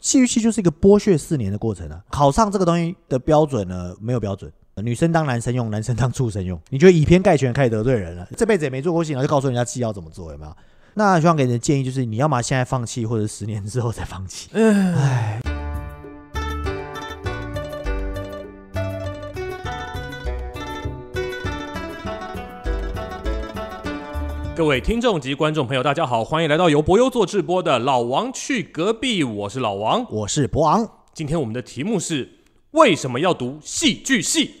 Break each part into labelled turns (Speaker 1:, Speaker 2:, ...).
Speaker 1: 戏剧系就是一个剥削四年的过程啊。考上这个东西的标准呢，没有标准。女生当男生用，男生当畜生用，你就以偏概全，开始得罪人了。这辈子也没做过戏，然后就告诉人家戏要怎么做，有没有？那希望给你的建议就是，你要么现在放弃，或者十年之后再放弃。
Speaker 2: 各位听众及观众朋友，大家好，欢迎来到由博优做直播的《老王去隔壁》，我是老王。
Speaker 1: 我是博昂，
Speaker 2: 今天我们的题目是为什么要读戏剧系？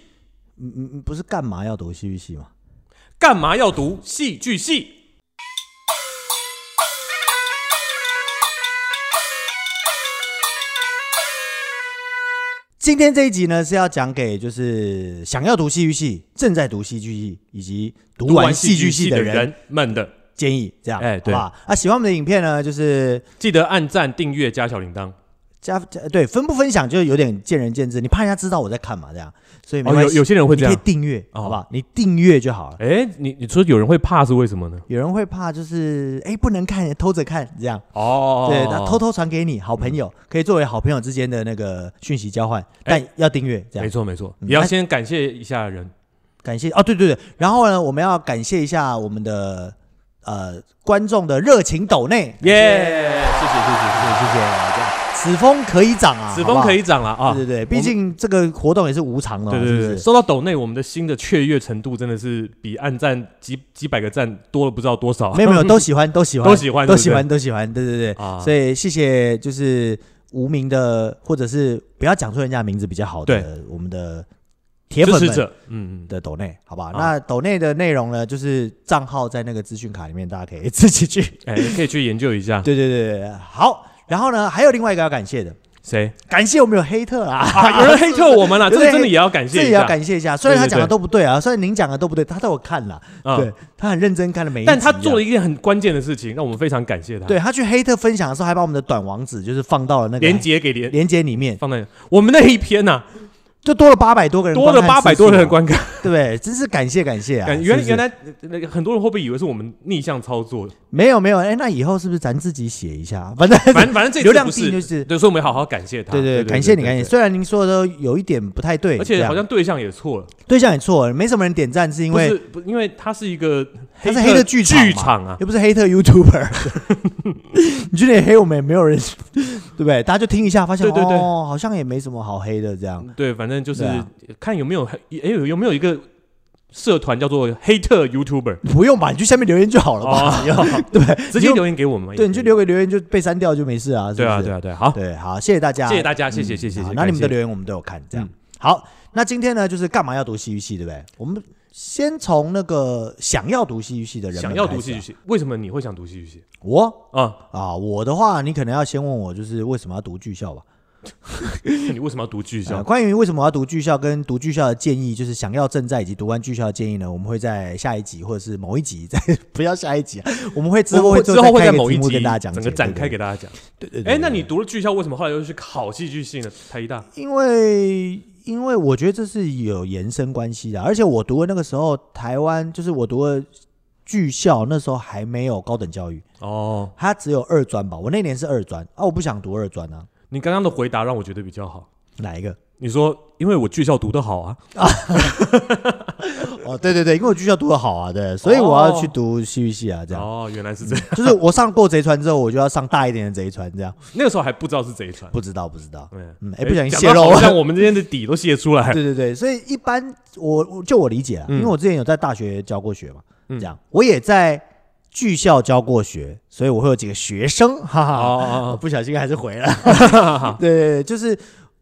Speaker 1: 嗯嗯，嗯不是干嘛要读戏剧系吗？
Speaker 2: 干嘛要读戏剧系？
Speaker 1: 今天这一集呢是要讲给就是想要读戏剧系、正在读戏剧系以及读完戏剧系的人
Speaker 2: 人们的，
Speaker 1: 建议，这样，
Speaker 2: 哎对
Speaker 1: 好不好啊，喜欢我们的影片呢，就是
Speaker 2: 记得按赞、订阅、加小铃铛。
Speaker 1: 加加对分不分享，就是有点见仁见智。你怕人家知道我在看嘛，这样，所以没
Speaker 2: 哦，
Speaker 1: 关
Speaker 2: 有
Speaker 1: 系。
Speaker 2: 有些人会
Speaker 1: 你
Speaker 2: 这
Speaker 1: 可以
Speaker 2: 样。
Speaker 1: 订阅，
Speaker 2: 哦
Speaker 1: 好不好？你订阅就好了。
Speaker 2: 哎，你你说有人会怕是为什么呢？
Speaker 1: 有人会怕，就是哎不能看，偷着看这样，
Speaker 2: 哦，
Speaker 1: 对，他偷偷传给你，好朋友、可以作为好朋友之间的那个讯息交换，但要订阅这样
Speaker 2: 哎没。错没错，
Speaker 1: 嗯
Speaker 2: 也要先感谢一下人。
Speaker 1: 感谢哦，对对对，然后呢，我们要感谢一下我们的呃观众的热情抖内，
Speaker 2: 耶，谢谢谢谢谢谢。
Speaker 1: 谢谢，这样此风可以长啊，
Speaker 2: 此
Speaker 1: 好不
Speaker 2: 风
Speaker 1: 好
Speaker 2: 可以长了啊！
Speaker 1: 对对对，毕竟这个活动也是无偿的嘛，
Speaker 2: 对对
Speaker 1: 是
Speaker 2: 对，
Speaker 1: 不是？
Speaker 2: 收到抖内，我们的新的雀跃程度真的是比按赞几几百个赞多了不知道多少。
Speaker 1: 没有没有，都喜欢，都喜欢，
Speaker 2: 哦都喜欢
Speaker 1: 都喜
Speaker 2: 对
Speaker 1: 欢，都喜欢，对对
Speaker 2: 啊
Speaker 1: 对。所以谢谢，就是无名的，或者是不要讲出人家名字比较好的，我们的铁
Speaker 2: 支
Speaker 1: 粉
Speaker 2: 持
Speaker 1: 们
Speaker 2: 者，嗯嗯，
Speaker 1: 的抖内，好不好？
Speaker 2: 啊
Speaker 1: 那抖内的内容呢，就是账号在那个资讯卡里面，大家可以自己去。
Speaker 2: 哎，可以去研究一下。
Speaker 1: 对对对对，好。然后呢，还有另外一个要感谢的，
Speaker 2: 谁？
Speaker 1: 感谢我们有黑特啊，
Speaker 2: 啊 有人黑特我们了，这
Speaker 1: 有
Speaker 2: 个
Speaker 1: 人
Speaker 2: 真的也要感
Speaker 1: 这
Speaker 2: 谢
Speaker 1: 也
Speaker 2: 一
Speaker 1: 要
Speaker 2: 下。
Speaker 1: 感谢一下。虽然他
Speaker 2: 对对
Speaker 1: 讲的
Speaker 2: 对
Speaker 1: 都不对啊，虽然您讲的都不对，他都有看了，
Speaker 2: 嗯
Speaker 1: 对他很认真看了每一集啊，
Speaker 2: 但他做了一件很关键的事情，让我们非常感谢他。，
Speaker 1: 对他去黑特分享的时候，还把我们的短网址就是放到了那个
Speaker 2: 连接给连
Speaker 1: 连接里面，
Speaker 2: 放在我们那一篇呐，
Speaker 1: 就多了八百多个人
Speaker 2: 多
Speaker 1: 观看次数啊，
Speaker 2: 了八百多人的观看，
Speaker 1: 对不对？真是感谢感谢啊！
Speaker 2: 感
Speaker 1: 是
Speaker 2: 原
Speaker 1: 不是
Speaker 2: 原来那个很多人会不会以为是我们逆向操作？
Speaker 1: 没有没有，哎，那以后是不是咱自己写一下？反正
Speaker 2: 反正反正这次
Speaker 1: 流量
Speaker 2: 不，
Speaker 1: 低就是是
Speaker 2: 对，所以我们要好好感谢 他。
Speaker 1: 对对，感谢你感谢你。。虽然您说的都有一点不太对，
Speaker 2: 而
Speaker 1: 这
Speaker 2: 且
Speaker 1: 样
Speaker 2: 好像对象也错了，
Speaker 1: 对象也错了，没什么人点赞，是因
Speaker 2: 不是
Speaker 1: 为
Speaker 2: 不，因为他是一个
Speaker 1: 他是黑
Speaker 2: 黑
Speaker 1: 的
Speaker 2: 的
Speaker 1: 剧场嘛
Speaker 2: 剧场啊，
Speaker 1: 又不是黑特 YouTuber，你觉得你黑我们也没有人，对不对？大家就听一下，发现
Speaker 2: 对对对
Speaker 1: 哦，好像也没什么好黑的这样。
Speaker 2: 对，反正就是
Speaker 1: 对啊
Speaker 2: 看有没有，哎、有有没有一个社团叫做黑特 YouTuber，
Speaker 1: 不用吧，你去下面留言就好了
Speaker 2: 哦
Speaker 1: 吧？对，
Speaker 2: 直接留言给我们嘛。
Speaker 1: 对，
Speaker 2: 也
Speaker 1: 你就
Speaker 2: 可以
Speaker 1: 留个留言就被删掉就没事啊，是不
Speaker 2: 对
Speaker 1: 是
Speaker 2: 啊，对啊，对啊，好，
Speaker 1: 对好，谢谢大家，嗯
Speaker 2: 谢谢大家，谢谢，谢谢，谢
Speaker 1: 好
Speaker 2: 谢。
Speaker 1: 那你们的
Speaker 2: 感谢
Speaker 1: 留言我们都有看，这样、
Speaker 2: 嗯
Speaker 1: 好。那今天呢，就是干嘛要读戏剧系，对不对？我们先从那个想要读戏剧系的人们
Speaker 2: 想要
Speaker 1: 开
Speaker 2: 读
Speaker 1: 始
Speaker 2: 戏剧
Speaker 1: 啊，
Speaker 2: 系，为什么你会想读戏剧系
Speaker 1: 我
Speaker 2: 啊？
Speaker 1: 啊，我的话，你可能要先问我，就是为什么要读剧校吧？
Speaker 2: 你为什么要读剧
Speaker 1: 呃
Speaker 2: 校？
Speaker 1: 关于为什么要读剧校跟读剧校的建议，就是想要正在以及读完剧校的建议呢，我们会在下一集或者是某一集，在 不要下一集啊，我们会之后
Speaker 2: 我
Speaker 1: 会
Speaker 2: 们之后会
Speaker 1: 开
Speaker 2: 在
Speaker 1: 个
Speaker 2: 某一
Speaker 1: 题目
Speaker 2: 集
Speaker 1: 跟大家讲解，
Speaker 2: 整个展开
Speaker 1: 对
Speaker 2: 给大家讲。
Speaker 1: 对对。对
Speaker 2: 哎，那你读了剧校，为什么后来又去考戏剧系呢？台大
Speaker 1: 因为因为我觉得这是有延伸关系的，啊而且我读的那个时候，台湾就是我读的剧校，那时候还没有高等教育，
Speaker 2: 哦，
Speaker 1: 它只有二专吧。我那年是二专啊，我不想读二专啊，
Speaker 2: 你刚刚的回答让我觉得比较好。
Speaker 1: 哪一个？
Speaker 2: 你说，因为我剧校读得好啊，
Speaker 1: 哦，对对对，因为我剧校读的好啊，对，所以我要去读戏剧系啊，这样。
Speaker 2: 哦，原来是这样。
Speaker 1: 就是我上过贼船之后，我就要上大一点的贼船，这样
Speaker 2: 那个时候还不知道是贼船，
Speaker 1: 不知道不知道，
Speaker 2: 嗯
Speaker 1: 嗯，哎，不小心
Speaker 2: 讲
Speaker 1: 泄
Speaker 2: 到
Speaker 1: 露
Speaker 2: 好
Speaker 1: 了
Speaker 2: 像。我们之间的底都泄出来了。
Speaker 1: 对对对，所以一般我我就我理解啊，因
Speaker 2: 哎嗯
Speaker 1: 为我之前有在大学教过学嘛，
Speaker 2: 嗯
Speaker 1: 这样我也在剧校教过学，所以我会有几个学生， 哈哈，我
Speaker 2: 哦
Speaker 1: 不小心还是回 了， 对对对，就是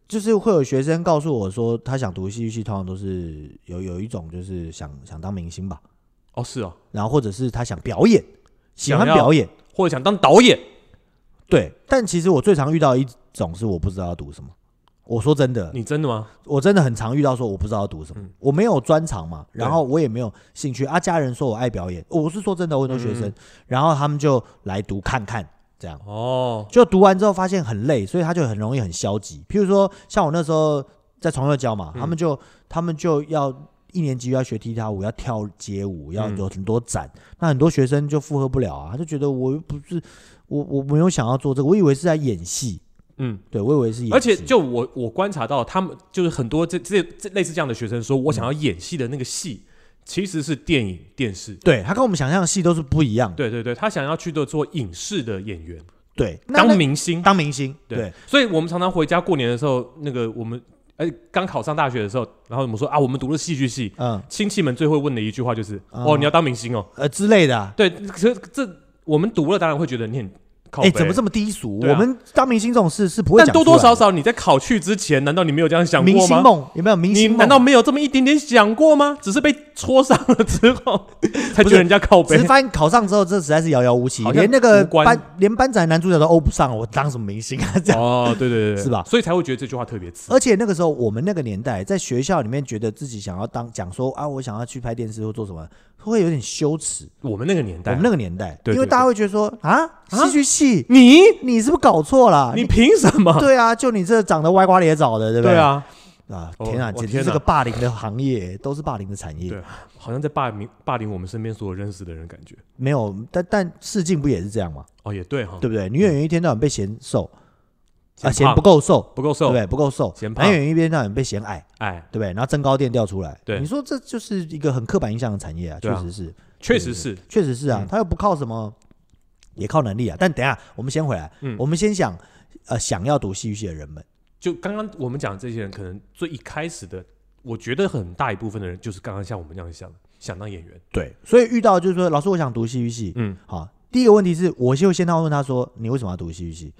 Speaker 1: 就是会有学生告诉我说，他想读戏剧系，通常都是有有一种就是想想当明星吧，
Speaker 2: 哦，是哦，
Speaker 1: 然后或者是他想表演，喜欢
Speaker 2: 想要
Speaker 1: 表演，
Speaker 2: 或者想当导演，
Speaker 1: 对，但其实我最常遇到一种是我不知道要读什么。我说真的，
Speaker 2: 你真的吗？
Speaker 1: 我真的很常遇到说我不知道要读什么，我没有专长嘛，
Speaker 2: 嗯对
Speaker 1: 然后我也没有兴趣啊。家人说我爱表演，我是说真的，我很多学生，
Speaker 2: 嗯
Speaker 1: 然后他们就来读看看，这样
Speaker 2: 哦，
Speaker 1: 就读完之后发现很累，所以他就很容易很消极。譬如说像我那时候在床上教嘛，
Speaker 2: 嗯
Speaker 1: 他们就他们就要。一年级要学踢踏舞，要跳街舞，要
Speaker 2: 嗯
Speaker 1: 有很多展，那很多学生就负荷不了啊，他就觉得我又不是我我没有想要做这个，我以为是在演戏，
Speaker 2: 嗯，
Speaker 1: 对我以为是演戏，
Speaker 2: 而且就我我观察到，他们就是很多这这这类似这样的学生说，我
Speaker 1: 嗯
Speaker 2: 想要演戏的那个戏其实是电影电视。
Speaker 1: 对他跟我们想象的戏都是不一样的。
Speaker 2: 对对对，他想要去的做影视的演员，
Speaker 1: 对，那
Speaker 2: 当
Speaker 1: 那
Speaker 2: 明星。
Speaker 1: 当明星，
Speaker 2: 对，
Speaker 1: 对
Speaker 2: 所以我们常常回家过年的时候，那个我们哎刚考上大学的时候，然后我们说啊，我们读了戏剧系，
Speaker 1: 嗯
Speaker 2: 亲戚们最会问的一句话就是、
Speaker 1: 嗯
Speaker 2: 哦，你要当明星哦。
Speaker 1: 呃之类的啊。
Speaker 2: 对，可是这我们读了，当然会觉得你很靠
Speaker 1: 哎，
Speaker 2: 背。
Speaker 1: 怎么这么低俗？
Speaker 2: 对啊
Speaker 1: 我们当明星这种事是不会
Speaker 2: 但
Speaker 1: 讲
Speaker 2: 多多
Speaker 1: 出来
Speaker 2: 少
Speaker 1: 的
Speaker 2: 少，你在考去之前，难道你没有这样想
Speaker 1: 明
Speaker 2: 过
Speaker 1: 星
Speaker 2: 吗？
Speaker 1: 梦有没有明
Speaker 2: 你
Speaker 1: 星梦？
Speaker 2: 难道没有这么一点点想过吗？只是被戳伤了之后，才觉得人家靠
Speaker 1: 只
Speaker 2: 背
Speaker 1: 是。发现考上之后，这实在是遥遥无期，
Speaker 2: 好像
Speaker 1: 连那个
Speaker 2: 无关
Speaker 1: 班连班长男主角都欧不上，我当什么明星啊？ 这样。
Speaker 2: 哦，对对对对，
Speaker 1: 是吧
Speaker 2: 所以才会觉得这句话特别刺。
Speaker 1: 而且那个时候，我们那个年代，在学校里面觉得自己想要当讲说啊，我想要去拍电视或做什么，会有点羞耻。
Speaker 2: 我们那个年
Speaker 1: 我
Speaker 2: 代，
Speaker 1: 们那个年代，
Speaker 2: 对对
Speaker 1: 因为大家会觉得说啊，戏剧系，
Speaker 2: 你
Speaker 1: 你是不是搞错了？
Speaker 2: 你凭什么？
Speaker 1: 对啊，就你这长得歪瓜裂枣的，对不
Speaker 2: 对
Speaker 1: 啊，
Speaker 2: 啊，
Speaker 1: 啊，
Speaker 2: 哦
Speaker 1: 天啊，
Speaker 2: 我
Speaker 1: 简直
Speaker 2: 天
Speaker 1: 是
Speaker 2: 哪
Speaker 1: 个霸凌的行业，都是霸凌的产业
Speaker 2: 对。好像在霸凌霸凌我们身边所有认识的人，感觉。
Speaker 1: 没有，但但试镜不也是这样吗？
Speaker 2: 哦，也对哈，
Speaker 1: 对不对？女演员一天到晚被嫌瘦，啊，
Speaker 2: 胖
Speaker 1: 嫌不够瘦，
Speaker 2: 不够
Speaker 1: 对
Speaker 2: 瘦
Speaker 1: 不，对？不够瘦，
Speaker 2: 嫌胖
Speaker 1: 男演员一边到晚被嫌矮，
Speaker 2: 哎，
Speaker 1: 对不对？然后增高垫调出来，
Speaker 2: 对
Speaker 1: 你说这就是一个很刻板印象的产业啊，
Speaker 2: 对
Speaker 1: 确
Speaker 2: 啊
Speaker 1: 实是，
Speaker 2: 确实是，
Speaker 1: 确实是啊
Speaker 2: 嗯，
Speaker 1: 他又不靠什么，也靠能力啊。但等一下我们先回来
Speaker 2: 嗯，
Speaker 1: 我们先想，呃，想要读戏剧系的人们，
Speaker 2: 就刚刚我们讲这些人，可能最一开始的，我觉得很大一部分的人就是刚刚像我们那样想想当演员，
Speaker 1: 对，所以遇到就是说，老师我想读戏剧系，
Speaker 2: 嗯，
Speaker 1: 好，第一个问题是，我就先要问他说，你为什么要读戏剧系？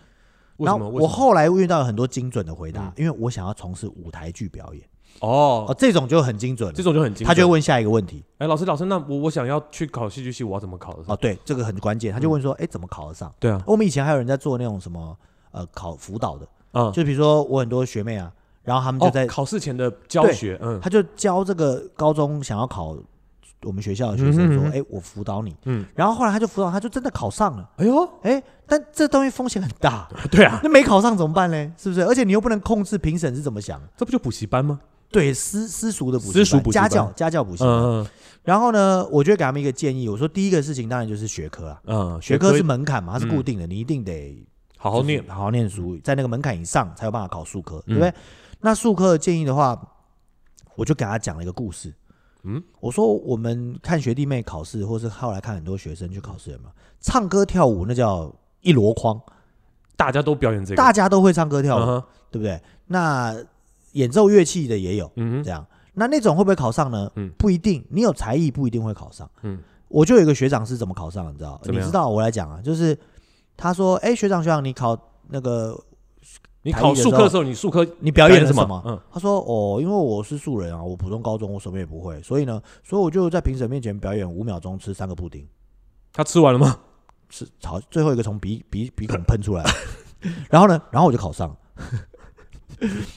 Speaker 2: 为
Speaker 1: 然后
Speaker 2: 什么？为
Speaker 1: 我
Speaker 2: 什么
Speaker 1: 后来遇到很多精准的回答，
Speaker 2: 嗯
Speaker 1: 因为我想要从事舞台剧表演，哦，
Speaker 2: 哦，
Speaker 1: 这种就很精准了
Speaker 2: 这种就很精准。
Speaker 1: 他就会问下一个问题，
Speaker 2: 哎，老师老师，那我我想要去考戏剧系，我要怎么考的？
Speaker 1: 哦，对，这个很关
Speaker 2: 嗯
Speaker 1: 键，他就问说，哎、怎么考得上？
Speaker 2: 对啊，
Speaker 1: 我们以前还有人在做那种什么呃考辅导的，
Speaker 2: 嗯，
Speaker 1: 就比如说我很多学妹啊，然后他们就
Speaker 2: 哦
Speaker 1: 在，
Speaker 2: 考试前的教学，嗯
Speaker 1: 他就教这个高中想要考我们学校的学
Speaker 2: 嗯
Speaker 1: 生
Speaker 2: 哼
Speaker 1: 说，
Speaker 2: 嗯
Speaker 1: 哎、
Speaker 2: 哼
Speaker 1: 我辅导你，
Speaker 2: 嗯，
Speaker 1: 然后后来他就辅导，他就真的考上了，
Speaker 2: 哎呦，
Speaker 1: 哎、但这东西风险很大，
Speaker 2: 对啊，
Speaker 1: 那没考上怎么办呢？是不是？而且你又不能控制评审是怎么想，
Speaker 2: 这不就补习班吗？
Speaker 1: 对私私塾的补习
Speaker 2: 私塾补习
Speaker 1: 家
Speaker 2: 班
Speaker 1: 教家教补习班。
Speaker 2: 嗯
Speaker 1: 然后呢，我就会给他们一个建议，我说第一个事情当然就是学科啊，
Speaker 2: 嗯，
Speaker 1: 学科
Speaker 2: 科
Speaker 1: 是门槛嘛，它是固
Speaker 2: 嗯
Speaker 1: 定的，你一定得
Speaker 2: 好好念
Speaker 1: 就是，好好念书，在那个门槛以上才有办法考数科，对
Speaker 2: 嗯
Speaker 1: 不对？那数科的建议的话，我就给他讲了一个故事。
Speaker 2: 嗯，
Speaker 1: 我说我们看学弟妹考试，或是后来看很多学生去考试的嘛，唱歌跳舞那叫一箩筐，
Speaker 2: 大家都表演这个，
Speaker 1: 大哦家都会唱歌跳舞，
Speaker 2: 嗯哼
Speaker 1: 对不对？那演奏乐器的也有，
Speaker 2: 嗯
Speaker 1: 这
Speaker 2: 哼，
Speaker 1: 样，那那种会不会考上呢？
Speaker 2: 嗯
Speaker 1: 不一定，你有才艺不一定会考上。
Speaker 2: 嗯，
Speaker 1: 我就有一个学长是怎么考上的，你知道？
Speaker 2: 怎么
Speaker 1: 你
Speaker 2: 样
Speaker 1: 知道我来讲啊，就是他说，哎、学长学长，你考那个
Speaker 2: 你考数科的时候，你数科
Speaker 1: 你表演了
Speaker 2: 什
Speaker 1: 什么？
Speaker 2: 嗯，
Speaker 1: 他说：“哦，因为我是素人啊，我普通高中，我什么也不会，所以呢，所以我就在评审面前表演五秒钟，吃三个布丁，
Speaker 2: 他吃完了吗？
Speaker 1: 吃好最后一个从鼻鼻鼻孔喷出来， 然后呢，然后我就考上了。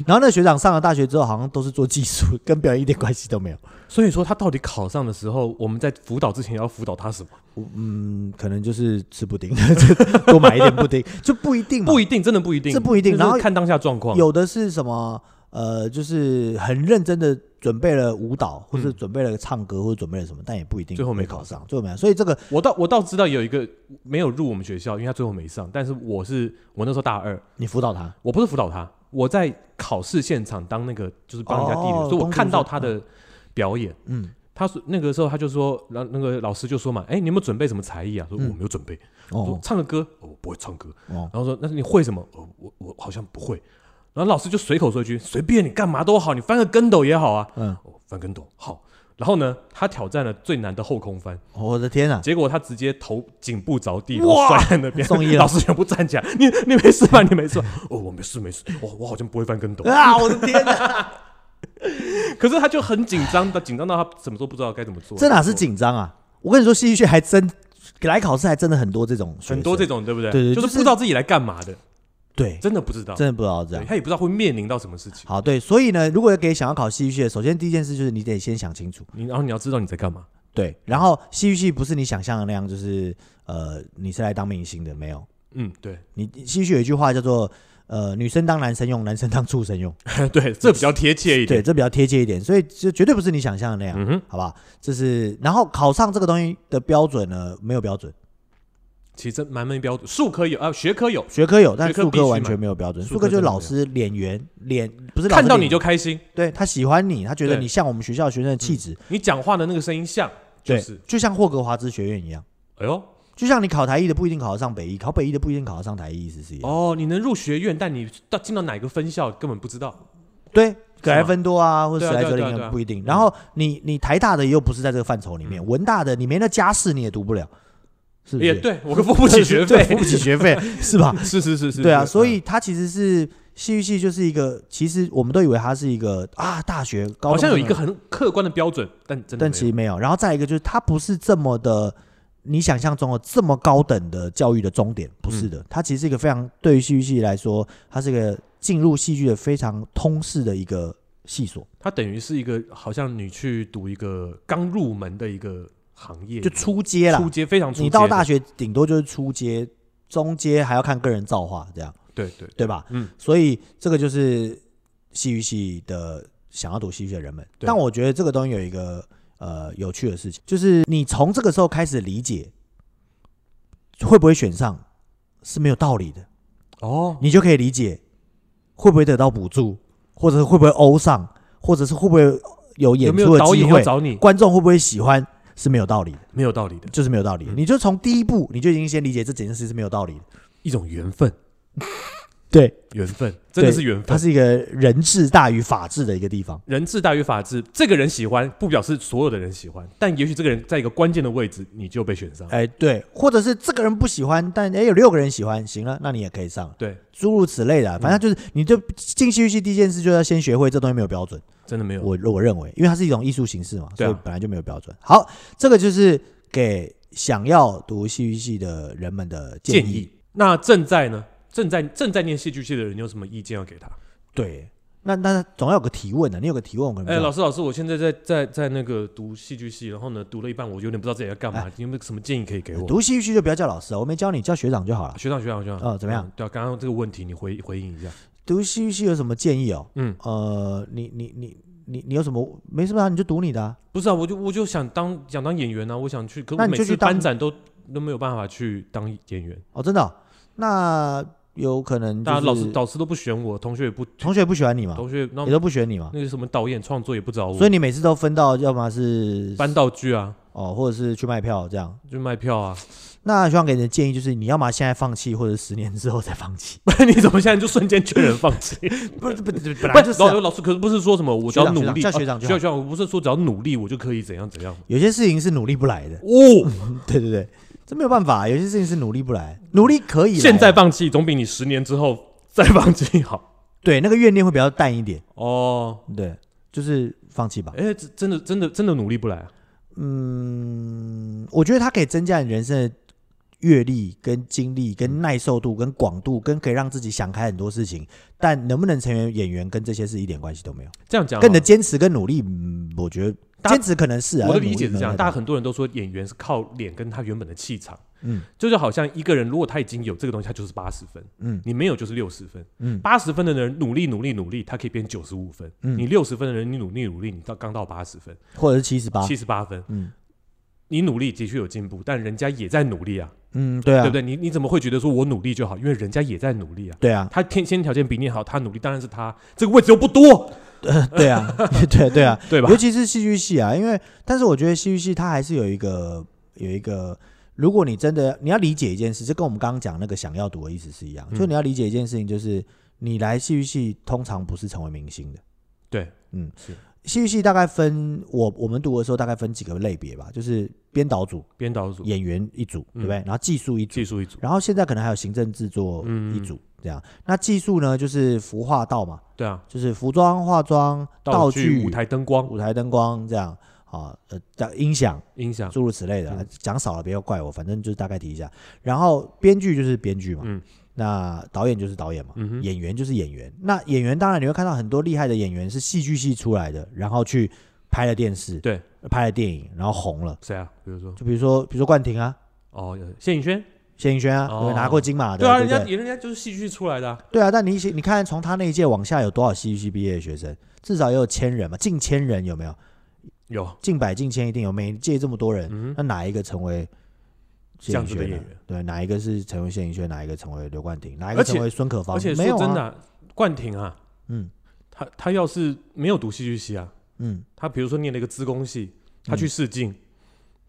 Speaker 1: 然后那学长上了大学之后，好像都是做技术，跟表演一点关系都没有。
Speaker 2: 所以说他到底考上的时候，我们在辅导之前要辅导他什么？
Speaker 1: 嗯，可能就是吃布丁， 就多买一点布丁， 就不一定嘛。
Speaker 2: 不一定，真的不一定，
Speaker 1: 这不一定
Speaker 2: 就是
Speaker 1: 然后
Speaker 2: 看当下状况。
Speaker 1: 有的是什么呃，就是很认真的准备了舞蹈，或者准备了唱歌，或者准备了什么，但也不一定
Speaker 2: 嗯最后没
Speaker 1: 会
Speaker 2: 考
Speaker 1: 考上，最后没有。所以这个
Speaker 2: 我倒我倒知道有一个没有入我们学校，因为他最后没上，但是我是我那时候大二，
Speaker 1: 你辅导他，
Speaker 2: 我不是辅导他，我在考试现场当那个就是帮人家递
Speaker 1: 哦
Speaker 2: 流，所以我
Speaker 1: 帮助
Speaker 2: 看到
Speaker 1: 生
Speaker 2: 他的表演。
Speaker 1: 嗯，
Speaker 2: 他说那个时候他就说，然后那个老师就说嘛，哎，你有没有准备什么才艺啊？说我
Speaker 1: 嗯
Speaker 2: 没有准备，说
Speaker 1: 哦
Speaker 2: 唱个歌，哦我不会唱歌。
Speaker 1: 哦，
Speaker 2: 然后说那你会什么？哦我我好像不会。然后老师就随口说一句，随便你干嘛都好，你翻个跟斗也好啊。
Speaker 1: 嗯，
Speaker 2: 哦，翻跟斗好。然后呢，他挑战了最难的后空翻，
Speaker 1: 我的 天啊！
Speaker 2: 结果他直接头颈部着地，然
Speaker 1: 哇
Speaker 2: 后摔在那边，
Speaker 1: 送医了
Speaker 2: 老师全部站起来，你你没事吧？你没事 吧？哦，我没事没事，我我好像不会翻跟斗。
Speaker 1: 啊！我的 天哪，
Speaker 2: 可是他就很紧张的，紧张到他什么时候不知道该怎么做。
Speaker 1: 这哪是？紧张啊！我跟你说，戏剧系还真来考试还真的很多这种学生，
Speaker 2: 很多这种对不对？
Speaker 1: 对对
Speaker 2: 就是
Speaker 1: 就是
Speaker 2: 不知道自己来干嘛的，
Speaker 1: 对，
Speaker 2: 真的不知道，
Speaker 1: 真的不知道这
Speaker 2: 对
Speaker 1: 样。
Speaker 2: 他也不知道会面临到什么事情。
Speaker 1: 好，对，所以呢，如果给想要考戏剧系的，首先第一件事就是你得先想清楚。
Speaker 2: 你然后你要知道你在干嘛。
Speaker 1: 对，然后戏剧系不是你想象的那样，就是呃，你是来当明星的，没有。
Speaker 2: 嗯， 对
Speaker 1: 你戏剧系有一句话叫做呃，女生当男生用，男生当畜生用。
Speaker 2: 对，这比较贴切一
Speaker 1: 对，
Speaker 2: 点。
Speaker 1: 这比较贴切一点，所以这绝对不是你想象的那样，
Speaker 2: 嗯哼，
Speaker 1: 好吧？这是然后考上这个东西的标准呢，没有标准。
Speaker 2: 其实真蛮没标准，术科有啊，学科有，
Speaker 1: 学科有，但
Speaker 2: 学科
Speaker 1: 术
Speaker 2: 必须
Speaker 1: 科完
Speaker 2: 嘛
Speaker 1: 全没有标准。术
Speaker 2: 术科
Speaker 1: 科就是
Speaker 2: 真的
Speaker 1: 老
Speaker 2: 没有
Speaker 1: 师脸圆脸，不是老师
Speaker 2: 看到你
Speaker 1: 脸
Speaker 2: 就开心，
Speaker 1: 对他喜欢你，他觉得
Speaker 2: 对
Speaker 1: 你像我们学校学生的气质，
Speaker 2: 你讲话的那个声音像，就
Speaker 1: 对
Speaker 2: 是，
Speaker 1: 就像霍格华兹学院一样。
Speaker 2: 哎呦，
Speaker 1: 就像你考台艺的不一定考得上北艺，考北艺的不一定考得上台艺，意思是一样。
Speaker 2: 哦，你能入学院，但你到进到哪个分校根本不知道，
Speaker 1: 对，葛莱芬多啊，或者
Speaker 2: 对啊
Speaker 1: 史莱
Speaker 2: 对啊
Speaker 1: 哲
Speaker 2: 对啊对
Speaker 1: 林
Speaker 2: 啊
Speaker 1: 不一定
Speaker 2: 嗯。
Speaker 1: 然后你你台大的又不是在这个范畴里面，文大的你没那家世你也读不了，是不是？
Speaker 2: 也对 我付不起学
Speaker 1: 对
Speaker 2: 费，
Speaker 1: 付不起学 费是吧？
Speaker 2: 是是是是，
Speaker 1: 对啊，
Speaker 2: 是嗯
Speaker 1: 所以它其实是戏剧系就是一个，其实我们都以为它是一个啊大学
Speaker 2: 嗯
Speaker 1: 高
Speaker 2: 好
Speaker 1: 中
Speaker 2: 像有
Speaker 1: 生
Speaker 2: 一个，很客观的标准，但真的
Speaker 1: 但
Speaker 2: 没
Speaker 1: 其
Speaker 2: 有
Speaker 1: 实没有。然后再一个就是它不是这么的。你想象中的这么高等的教育的终点，不是的，
Speaker 2: 嗯
Speaker 1: 它其实是一个非常对于戏剧系来说，它是一个进入戏剧的非常通识的一个系所。
Speaker 2: 它等于是一个好像你去读一个刚入门的一个行业，
Speaker 1: 就出街啦
Speaker 2: 出。街非常出街的，
Speaker 1: 你到大学顶多就是出街，中街还要看个人造化，这样
Speaker 2: 对对
Speaker 1: 对吧？
Speaker 2: 嗯，
Speaker 1: 所以这个就是戏剧系的想要读戏剧的人们。
Speaker 2: 对
Speaker 1: 但我觉得这个东西有一个呃有趣的事情，就是你从这个时候开始理解会不会选上是没有道理的，
Speaker 2: 哦，
Speaker 1: 你就可以理解会不会得到补助，或者是会不会欧上，或者是会不会有
Speaker 2: 有
Speaker 1: 演
Speaker 2: 没
Speaker 1: 出
Speaker 2: 有
Speaker 1: 的
Speaker 2: 导
Speaker 1: 机
Speaker 2: 演要
Speaker 1: 会，
Speaker 2: 找你？
Speaker 1: 观众会不会喜欢是没有道理的。
Speaker 2: 没有道理的
Speaker 1: 就是没有道理。你就从第一步，你就已经先理解这整件事是没有道理的。
Speaker 2: 一种缘分，
Speaker 1: 对，
Speaker 2: 缘分真的是缘
Speaker 1: 它
Speaker 2: 分。
Speaker 1: 是一个人治大于法治的一个地方。
Speaker 2: 人治大于法治，这个人喜欢不表示所有的人喜欢，但也许这个人在一个关键的位置你就被选上。
Speaker 1: 哎，对，或者是这个人不喜欢，但哎有六个人喜欢，行了，那你也可以上，
Speaker 2: 对，
Speaker 1: 诸如此类的啊。反正就是，你就进戏剧系第一件事就要先学会这东西没有标准。
Speaker 2: 真的没有。
Speaker 1: 我我认为，因为它是一种艺术形式嘛，
Speaker 2: 对啊
Speaker 1: 所以本来就没有标准。好，这个就是给想要读戏剧系的人们的
Speaker 2: 建
Speaker 1: 建议
Speaker 2: 议。那正在呢？正在正在念戏剧系的人，你有什么意见要给他？
Speaker 1: 对，那那总要有个提问的，你有个提问，我可能比
Speaker 2: 哎、
Speaker 1: 较
Speaker 2: 老师，老师，我现在在在在那个读戏剧系，然后呢，读了一半，我有点不知道自己在干嘛，你有没有什么建议可以给我？
Speaker 1: 读戏剧系就不要叫老师了，啊我没教你，叫学长就好了。
Speaker 2: 学长，学长，学长，
Speaker 1: 哦怎么样
Speaker 2: 嗯对啊，刚刚这个问题你回回应一下。
Speaker 1: 读戏剧系有什么建议哦？
Speaker 2: 嗯，
Speaker 1: 呃，你你你你你有什么没什么啊？你就读你的、啊，
Speaker 2: 不是啊，我就我就想当想当演员啊，我想去，可
Speaker 1: 那
Speaker 2: 我
Speaker 1: 你
Speaker 2: 每
Speaker 1: 就
Speaker 2: 次
Speaker 1: 去当
Speaker 2: 班展都都没有办法去当演员，
Speaker 1: 哦，真的哦、那有可能就
Speaker 2: 大家
Speaker 1: 是
Speaker 2: 老师老师都不选我，同学也不
Speaker 1: 同学不喜欢你嘛，
Speaker 2: 同学那
Speaker 1: 也都不选你嘛，
Speaker 2: 那个什么导演创作也不找我，
Speaker 1: 啊所以你每次都分到要么是
Speaker 2: 搬道具啊，
Speaker 1: 哦，或者是去卖票这样。
Speaker 2: 就卖票啊，
Speaker 1: 那希望给你的建议就是，你要么现在放弃，或者十年之后再放弃。
Speaker 2: 不然你怎么现在就瞬间全人放弃？
Speaker 1: 不 是不是本
Speaker 2: 不
Speaker 1: 来就是啊、
Speaker 2: 老老师可是不是说什么我只要努力，
Speaker 1: 学长学长叫学长就好
Speaker 2: 啊学长，我不是说只要努力我就可以怎样怎样吗？
Speaker 1: 有些事情是努力不来的，
Speaker 2: 哦，
Speaker 1: 对对对，这没有办法，啊有些事情是努力不来，努力可以来啊
Speaker 2: 现在放弃总比你十年之后再放弃 好
Speaker 1: 对那个怨念会比较淡一点，
Speaker 2: 哦。
Speaker 1: 对，就是放弃吧。
Speaker 2: 哎，这真的真的真的努力不来啊！
Speaker 1: 嗯，我觉得它可以增加你人生的阅历、跟经历、
Speaker 2: 嗯
Speaker 1: 跟耐受度、跟广度，跟可以让自己想开很多事情。但能不能成为演员，跟这些事一点关系都没有。
Speaker 2: 这样讲好
Speaker 1: 跟你
Speaker 2: 了，
Speaker 1: 的坚持跟努力，嗯、我觉得
Speaker 2: 嗯大家
Speaker 1: 坚持可能是、啊、
Speaker 2: 我的
Speaker 1: 但
Speaker 2: 理解
Speaker 1: 努
Speaker 2: 是
Speaker 1: 力
Speaker 2: 这样，
Speaker 1: 没有
Speaker 2: 大家很多人都说演员是靠脸跟他原本的气场，
Speaker 1: 嗯
Speaker 2: 这就好像一个人如果他已经有这个东西，他就是八十分，
Speaker 1: 嗯
Speaker 2: 你没有就是六十分，
Speaker 1: 嗯
Speaker 2: 八十分的人努力努力努力，他可以变九十五分，
Speaker 1: 嗯
Speaker 2: 你六十分的人你努力努力，你到刚到八十分，
Speaker 1: 或者是七十八，
Speaker 2: 七十八分，
Speaker 1: 嗯
Speaker 2: 你努力的确有进步，但人家也在努力啊，
Speaker 1: 嗯，对啊，
Speaker 2: 对不对？你你怎么会觉得说我努力就好？因为人家也在努力啊。
Speaker 1: 对啊，
Speaker 2: 他天先天条件比你好，他努力当然是他这个位置又不多，
Speaker 1: 对啊， 对对啊，
Speaker 2: 对吧
Speaker 1: 尤？其是戏剧系啊，因为但是我觉得戏剧系它还是有一个有一个，如果你真的你要理解一件事，这跟我们刚刚讲那个想要读的意思是一样，
Speaker 2: 嗯
Speaker 1: 就你要理解一件事情，就是你来戏剧系通常不是成为明星的。
Speaker 2: 对，
Speaker 1: 嗯
Speaker 2: 是，
Speaker 1: 戏剧系大概分我我们读的时候大概分几个类别吧，就是编导组、
Speaker 2: 编导组、
Speaker 1: 演员一组，对
Speaker 2: 嗯
Speaker 1: 不对？然后技术一组，
Speaker 2: 技术一组，
Speaker 1: 然后现在可能还有行政制作
Speaker 2: 嗯
Speaker 1: 一组。这样，那技术呢，就是服化道嘛，
Speaker 2: 对啊，
Speaker 1: 就是服装、化妆、道具、
Speaker 2: 舞台灯光、
Speaker 1: 舞台灯光这样啊，呃，大音响
Speaker 2: 音响，
Speaker 1: 诸如此类的
Speaker 2: 嗯，
Speaker 1: 讲少了不要怪我，反正就是大概提一下。然后编剧就是编剧嘛，
Speaker 2: 嗯
Speaker 1: 那导演就是导演嘛，
Speaker 2: 嗯哼，
Speaker 1: 演员就是演员。那演员当然你会看到很多厉害的演员是戏剧系出来的，然后去拍了电视，
Speaker 2: 对，
Speaker 1: 拍了电影，然后红了。
Speaker 2: 谁啊？比如说
Speaker 1: 就比如说，比如说冠廷啊，
Speaker 2: 哦，有谢颖轩，
Speaker 1: 谢盈萱啊，对
Speaker 2: 哦
Speaker 1: 不对拿过金马的，
Speaker 2: 对啊，
Speaker 1: 对
Speaker 2: 人
Speaker 1: 不
Speaker 2: 家
Speaker 1: 对
Speaker 2: 人家就是戏剧出来的啊，
Speaker 1: 对啊。但你你看，从他那一届往下有多少戏剧系毕业的学生？至少也有千人嘛，近千人有没有？
Speaker 2: 有
Speaker 1: 近百近千一定有，每一届这么多人，
Speaker 2: 嗯
Speaker 1: 那哪一个成为谢
Speaker 2: 这样
Speaker 1: 颖
Speaker 2: 子的
Speaker 1: 轩
Speaker 2: 演
Speaker 1: 了
Speaker 2: 员，
Speaker 1: 对，哪一个是成为谢颖轩，哪一个成为刘冠廷，哪一
Speaker 2: 而
Speaker 1: 个
Speaker 2: 且
Speaker 1: 成为孙可芳？
Speaker 2: 而且说
Speaker 1: 没有
Speaker 2: 真的
Speaker 1: 啊，
Speaker 2: 啊、冠廷啊，
Speaker 1: 嗯
Speaker 2: 他他要是没有读戏剧系啊，
Speaker 1: 嗯，
Speaker 2: 他比如说念了一个资工系，他
Speaker 1: 嗯
Speaker 2: 去试镜，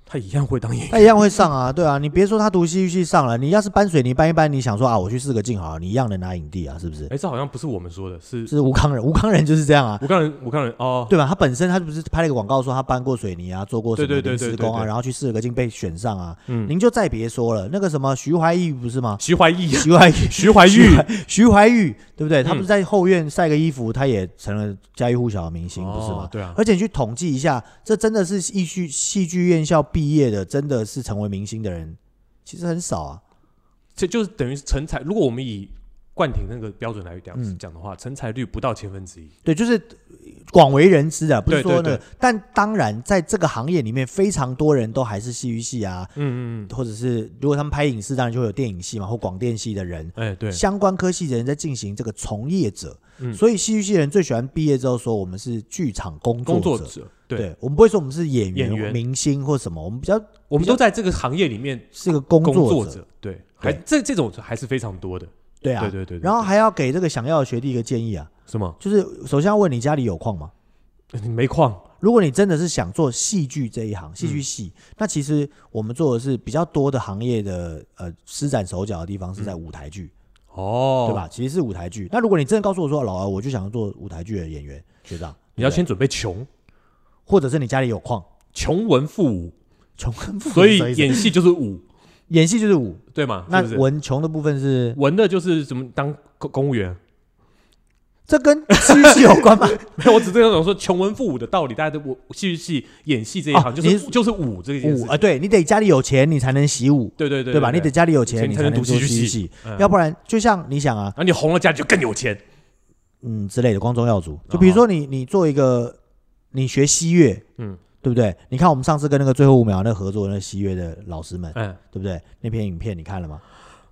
Speaker 2: 他一样会当演员。
Speaker 1: 他一样会上啊，对啊，你别说他读戏剧系上了，你要是搬水泥搬一搬，你想说啊，我去试个镜好了，你一样能拿影帝啊，是不是？
Speaker 2: 哎，这好像不是我们说的，是
Speaker 1: 是吴康仁，吴康仁就是这样啊，
Speaker 2: 我看人，我看人哦，
Speaker 1: 对吧？他本身他不是拍了一个广告说他搬过水泥啊，做过什么
Speaker 2: 对对
Speaker 1: 临
Speaker 2: 对对
Speaker 1: 时
Speaker 2: 对
Speaker 1: 工啊，
Speaker 2: 对
Speaker 1: 然后去试了个镜被选上啊，
Speaker 2: 嗯
Speaker 1: 您就再别说了，那个什么徐怀义不是吗？
Speaker 2: 徐怀啊义、
Speaker 1: 徐怀义。
Speaker 2: 徐怀
Speaker 1: 徐
Speaker 2: 钰
Speaker 1: 怀徐怀钰对不对？他
Speaker 2: 嗯
Speaker 1: 不是在后院晒个衣服，他也成了家喻户晓的明星，不是
Speaker 2: 哦
Speaker 1: 吗？
Speaker 2: 对啊，
Speaker 1: 而且你去统计一下，这真的是戏剧戏剧院校毕业的，真的是成为明星的人，其实很少啊。
Speaker 2: 这就是等于是成才。如果我们以冠廷那个标准来讲、
Speaker 1: 嗯
Speaker 2: 讲的话，成才率不到千分之一。
Speaker 1: 对，就是广为人知啊，不是
Speaker 2: 对对
Speaker 1: 说呢。
Speaker 2: 对
Speaker 1: 但当然，在这个行业里面，非常多人都还是戏剧系啊，
Speaker 2: 嗯嗯
Speaker 1: 或者是如果他们拍影视，当然就会有电影系嘛，或广电系的人。
Speaker 2: 嗯，哎对，
Speaker 1: 相关科系的人在进行这个从业者，
Speaker 2: 嗯
Speaker 1: 所以戏剧系的人最喜欢毕业之后说我们是剧场工
Speaker 2: 工
Speaker 1: 作
Speaker 2: 作
Speaker 1: 者，
Speaker 2: 者对，
Speaker 1: 我们不会说我们是演员、
Speaker 2: 演员
Speaker 1: 明星或什么，我们比较
Speaker 2: 我们都在这个行业里面
Speaker 1: 是个工
Speaker 2: 工
Speaker 1: 者，
Speaker 2: 作者，对，还这这种还是非常多的。
Speaker 1: 对啊。
Speaker 2: 对对对，对
Speaker 1: 然后
Speaker 2: 对
Speaker 1: 还要给这个想要的学弟一个建议啊，
Speaker 2: 什么
Speaker 1: 就是首先要问你家里有矿吗？
Speaker 2: 煤矿？
Speaker 1: 如果你真的是想做戏剧这一行，
Speaker 2: 嗯
Speaker 1: 戏剧系，那其实我们做的是比较多的行业的呃施展手脚的地方是在
Speaker 2: 嗯
Speaker 1: 舞台剧，
Speaker 2: 哦，
Speaker 1: 对？吧？其实是舞台剧。那如果你真的告诉我说，老儿啊我就想要做舞台剧的演员，学长，
Speaker 2: 你
Speaker 1: 对
Speaker 2: 要
Speaker 1: 不对
Speaker 2: 先准备穷，
Speaker 1: 或者是你家里有矿，
Speaker 2: 穷文富武，
Speaker 1: 穷跟富，
Speaker 2: 所以
Speaker 1: 什么意思
Speaker 2: 演戏就是 武，
Speaker 1: 演戏就是武，
Speaker 2: 对吗？
Speaker 1: 那
Speaker 2: 是不是
Speaker 1: 文穷的部分是
Speaker 2: 文的就是怎么当公公务员？
Speaker 1: 这跟呃戏剧系有关吗？
Speaker 2: 没有，我只是那种说穷文富武的道理，大家都我戏剧系演戏这一行、
Speaker 1: 哦
Speaker 2: 就
Speaker 1: 你
Speaker 2: 是
Speaker 1: 是
Speaker 2: 就是武这一件事
Speaker 1: 武
Speaker 2: 情，
Speaker 1: 啊，对你得家里有钱，你才能习武，
Speaker 2: 对对对
Speaker 1: 对吧？你得家里有钱，
Speaker 2: 钱
Speaker 1: 你
Speaker 2: 才能
Speaker 1: 能
Speaker 2: 读
Speaker 1: 做
Speaker 2: 戏剧
Speaker 1: 戏剧
Speaker 2: 系
Speaker 1: 系，
Speaker 2: 嗯
Speaker 1: 要不然就像你想啊，
Speaker 2: 然后你红了家里就更有钱，
Speaker 1: 嗯之类的光宗耀
Speaker 2: 啊
Speaker 1: 祖。就比如说你你做一个，你学西乐，嗯
Speaker 2: 嗯，
Speaker 1: 对不对？你看我们上次跟那个最后五秒那合作的那西乐的老师们，
Speaker 2: 嗯，
Speaker 1: 对不对？那篇影片你看了吗？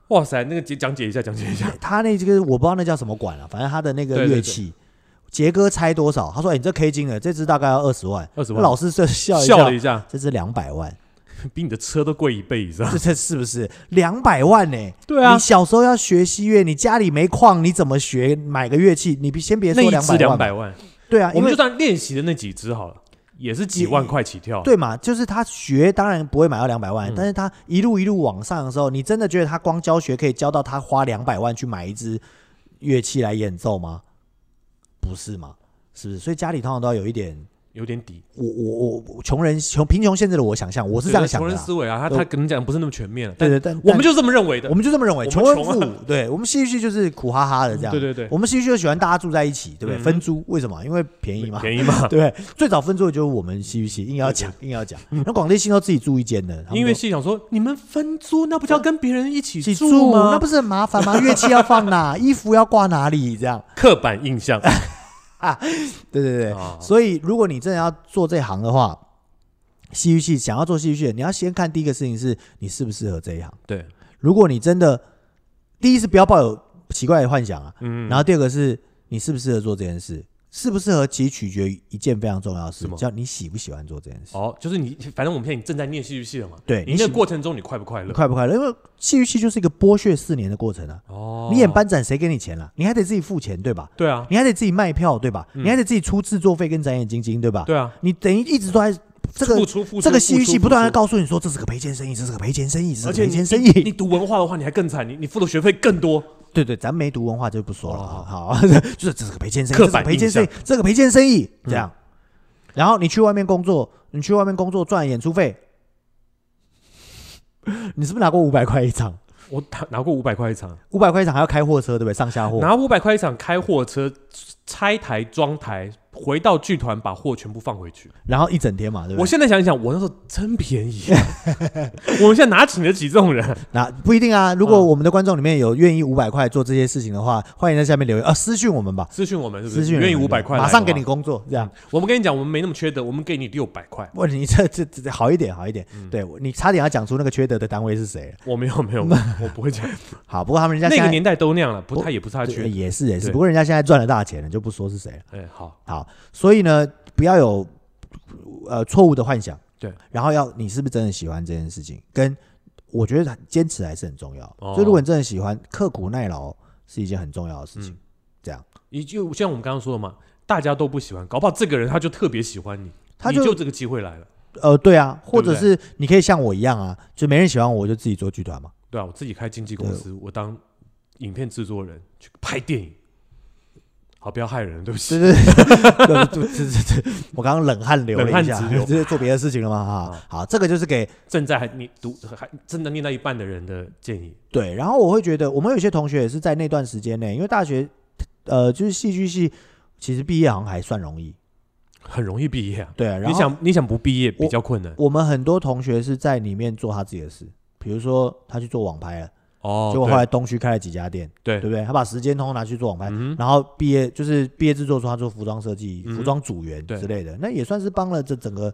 Speaker 2: 哇塞，那个讲讲解一下，讲解一下，
Speaker 1: 他那这个我不知道那叫什么管啊，反正他的那个
Speaker 2: 对对
Speaker 1: 乐器。杰哥猜多少？他说：“哎、你这 K 金的，这只大概要二十万。”
Speaker 2: 20
Speaker 1: 那
Speaker 2: 万
Speaker 1: 老师这笑一
Speaker 2: 笑了一下，
Speaker 1: 这只两百万，
Speaker 2: 比你的车都贵一倍以上，
Speaker 1: 这这是不是两百万呢、
Speaker 2: 对啊
Speaker 1: 你小时候要学西乐，你家里没矿，你怎么学？买个乐器，你别先别
Speaker 2: 那
Speaker 1: 说
Speaker 2: 一
Speaker 1: 两
Speaker 2: 支
Speaker 1: 百
Speaker 2: 两
Speaker 1: 万吧，
Speaker 2: 百万，
Speaker 1: 对啊，
Speaker 2: 我
Speaker 1: 因
Speaker 2: 们
Speaker 1: 为
Speaker 2: 就算练习的那几支好了，也是几万块起跳，
Speaker 1: 对嘛，就是他学当然不会买到两百万，
Speaker 2: 嗯
Speaker 1: 但是他一路一路往上的时候，你真的觉得他光教学可以教到他花两百万去买一支乐器来演奏吗？不是嘛？是不是？所以家里通常都要有一点，
Speaker 2: 有点底，
Speaker 1: 我我我我穷人穷贫穷限制了我想象，我是这样想
Speaker 2: 穷
Speaker 1: 的
Speaker 2: 人
Speaker 1: 啦。
Speaker 2: 思维啊，他
Speaker 1: 对
Speaker 2: 他可能讲不是那么全面啊了，
Speaker 1: 对
Speaker 2: 但
Speaker 1: 对，但
Speaker 2: 我们
Speaker 1: 就
Speaker 2: 就这么认为的
Speaker 1: 我，们就这么认为，
Speaker 2: 我们
Speaker 1: 穷人
Speaker 2: 穷
Speaker 1: 富
Speaker 2: 啊
Speaker 1: 裕，对我们戏剧就是苦哈哈的这样。
Speaker 2: 对对对
Speaker 1: 我们戏剧就喜欢大家住在一起，对不对？
Speaker 2: 嗯
Speaker 1: 分租为什么？因为便宜嘛。
Speaker 2: 便宜 嘛，
Speaker 1: 对，最早分租的就是我们戏剧系，硬要讲硬要讲。那广电系都自己住一间的，他们
Speaker 2: 因为
Speaker 1: 说
Speaker 2: 戏想说你们分租，那不叫跟别人一起
Speaker 1: 一起啊
Speaker 2: 住吗？
Speaker 1: 那不是很麻烦吗？乐器要放 哪，衣服要挂哪里，这样。
Speaker 2: 刻板印象
Speaker 1: 哎对对对，
Speaker 2: 啊，
Speaker 1: 所以如果你真的要做这行的话，戏剧系想要做戏剧系的，你要先看第一个事情是你适不适合这一行。
Speaker 2: 对，
Speaker 1: 如果你真的，第一是不要抱有奇怪的幻想啊，
Speaker 2: 嗯，
Speaker 1: 然后第二个是你适不适合做这件事，适不适合其实取决于一件非常重要的事
Speaker 2: 什，么
Speaker 1: 叫你喜不喜欢做这件事。
Speaker 2: 哦，就是你，反正我们现在你正在念戏剧系了嘛，
Speaker 1: 对
Speaker 2: 你
Speaker 1: 你
Speaker 2: 那
Speaker 1: 喜
Speaker 2: 个过程中你快不快乐
Speaker 1: 你？快不快乐？因为戏剧系就是一个剥削四年的过程啊！
Speaker 2: 哦，
Speaker 1: 你演班长谁给你钱了、你还得自己付钱，对吧？
Speaker 2: 对啊，
Speaker 1: 你还得自己卖票，对吧？
Speaker 2: 嗯
Speaker 1: 你还得自己出制作费跟展演金金，对吧？
Speaker 2: 对啊，
Speaker 1: 你等于一直都在这
Speaker 2: 付
Speaker 1: 个
Speaker 2: 出付出
Speaker 1: 这个戏剧系不断的，
Speaker 2: 付
Speaker 1: 告诉你说，这是个赔钱生意，这是个赔钱生意，这是
Speaker 2: 出而
Speaker 1: 个
Speaker 2: 且
Speaker 1: 赔
Speaker 2: 你
Speaker 1: 钱生
Speaker 2: 你你
Speaker 1: 意。
Speaker 2: 读文化的话，你还更惨，你你付的学费更多，
Speaker 1: 对对，咱没读文化就不说了啊，
Speaker 2: 哦
Speaker 1: 好， 就是这是个赔钱生意，这
Speaker 2: 刻
Speaker 1: 是个
Speaker 2: 板
Speaker 1: 赔钱生意
Speaker 2: 印，嗯
Speaker 1: 这个赔钱生意这样。然后你去外面工作，你去外面工作赚演出费， 你是不是拿过五百块一场？
Speaker 2: 我拿拿过五百块一场，
Speaker 1: 五百块一场还要开货车，对不对？上下货。
Speaker 2: 拿五百块一场开货车，拆台装台，回到剧团把货全部放回去。
Speaker 1: 然后一整天嘛，对不
Speaker 2: 我
Speaker 1: 对？
Speaker 2: 现在想一想，我那时候真便宜，啊 我们现在哪请得起这种人？
Speaker 1: 那不一定啊。如果
Speaker 2: 嗯
Speaker 1: 我们的观众里面有愿意五百块做这些事情的话，欢迎在下面留言啊，私讯我们吧，
Speaker 2: 私讯我们是不是？
Speaker 1: 私讯
Speaker 2: 你愿意
Speaker 1: 我们
Speaker 2: 五百块，
Speaker 1: 马上给你。工作，这样。
Speaker 2: 我们跟你讲，我们没那么缺德，我们给你六百块。
Speaker 1: 问你这这这好一点，好一点。
Speaker 2: 嗯
Speaker 1: 对我你差点要讲出那个缺德的单位是谁了。
Speaker 2: 我没有没有，我不会讲。
Speaker 1: 好，不过他们人家
Speaker 2: 那
Speaker 1: 现
Speaker 2: 个
Speaker 1: 在
Speaker 2: 年代都那样了，不
Speaker 1: 不
Speaker 2: 太也不是他
Speaker 1: 对
Speaker 2: 缺德。
Speaker 1: 也是也是，
Speaker 2: 对
Speaker 1: 不过人家现在赚了大钱了，就不说是谁了。
Speaker 2: 哎，好，
Speaker 1: 好，所以呢，不要有呃错误的幻想。
Speaker 2: 对，
Speaker 1: 然后要你是不是真的喜欢这件事情，跟我觉得坚持还是很重要。
Speaker 2: 哦
Speaker 1: 所以如果你真的喜欢，刻苦耐劳是一件很重要的事
Speaker 2: 嗯
Speaker 1: 情。这样，
Speaker 2: 你就像我们刚刚说的嘛，大家都不喜欢，搞不好这个人他就特别喜欢你，
Speaker 1: 他
Speaker 2: 你
Speaker 1: 就
Speaker 2: 就这个机会来了，
Speaker 1: 呃，对啊，或者
Speaker 2: 对不
Speaker 1: 是你可以像我一样啊，就没人喜欢我就自己做剧 团嘛。
Speaker 2: 对啊，我自己开经纪公司，我当影片制作人去拍电影，好，不要害人，对不起，
Speaker 1: 对对对对对对对对，我刚刚冷汗流了一下
Speaker 2: 冷汗直，流哦
Speaker 1: 这是做别的事情了吗？哈，好，这个就是给
Speaker 2: 正在还你读还正在念到一半的人的建议，
Speaker 1: 对，然后我会觉得，我们有些同学也是在那段时间内，因为大学，呃，就是戏剧系，其实毕业好像还算容易，
Speaker 2: 很容易毕业啊。
Speaker 1: 对啊。然
Speaker 2: 你
Speaker 1: 后
Speaker 2: 想你想不毕业
Speaker 1: 我
Speaker 2: 比较困难
Speaker 1: 我们很多同学是在里面做他自己的事，比如说他去做网拍了，
Speaker 2: 哦，
Speaker 1: 结果
Speaker 2: 对
Speaker 1: 后来东区开了几家店，
Speaker 2: 对
Speaker 1: 对不对？他把时间通通拿去做网拍，
Speaker 2: 嗯哼
Speaker 1: 然后毕业就是毕业制作说他做服装设计、
Speaker 2: 嗯
Speaker 1: 服装组员
Speaker 2: 对
Speaker 1: 之类的，那也算是帮了这整个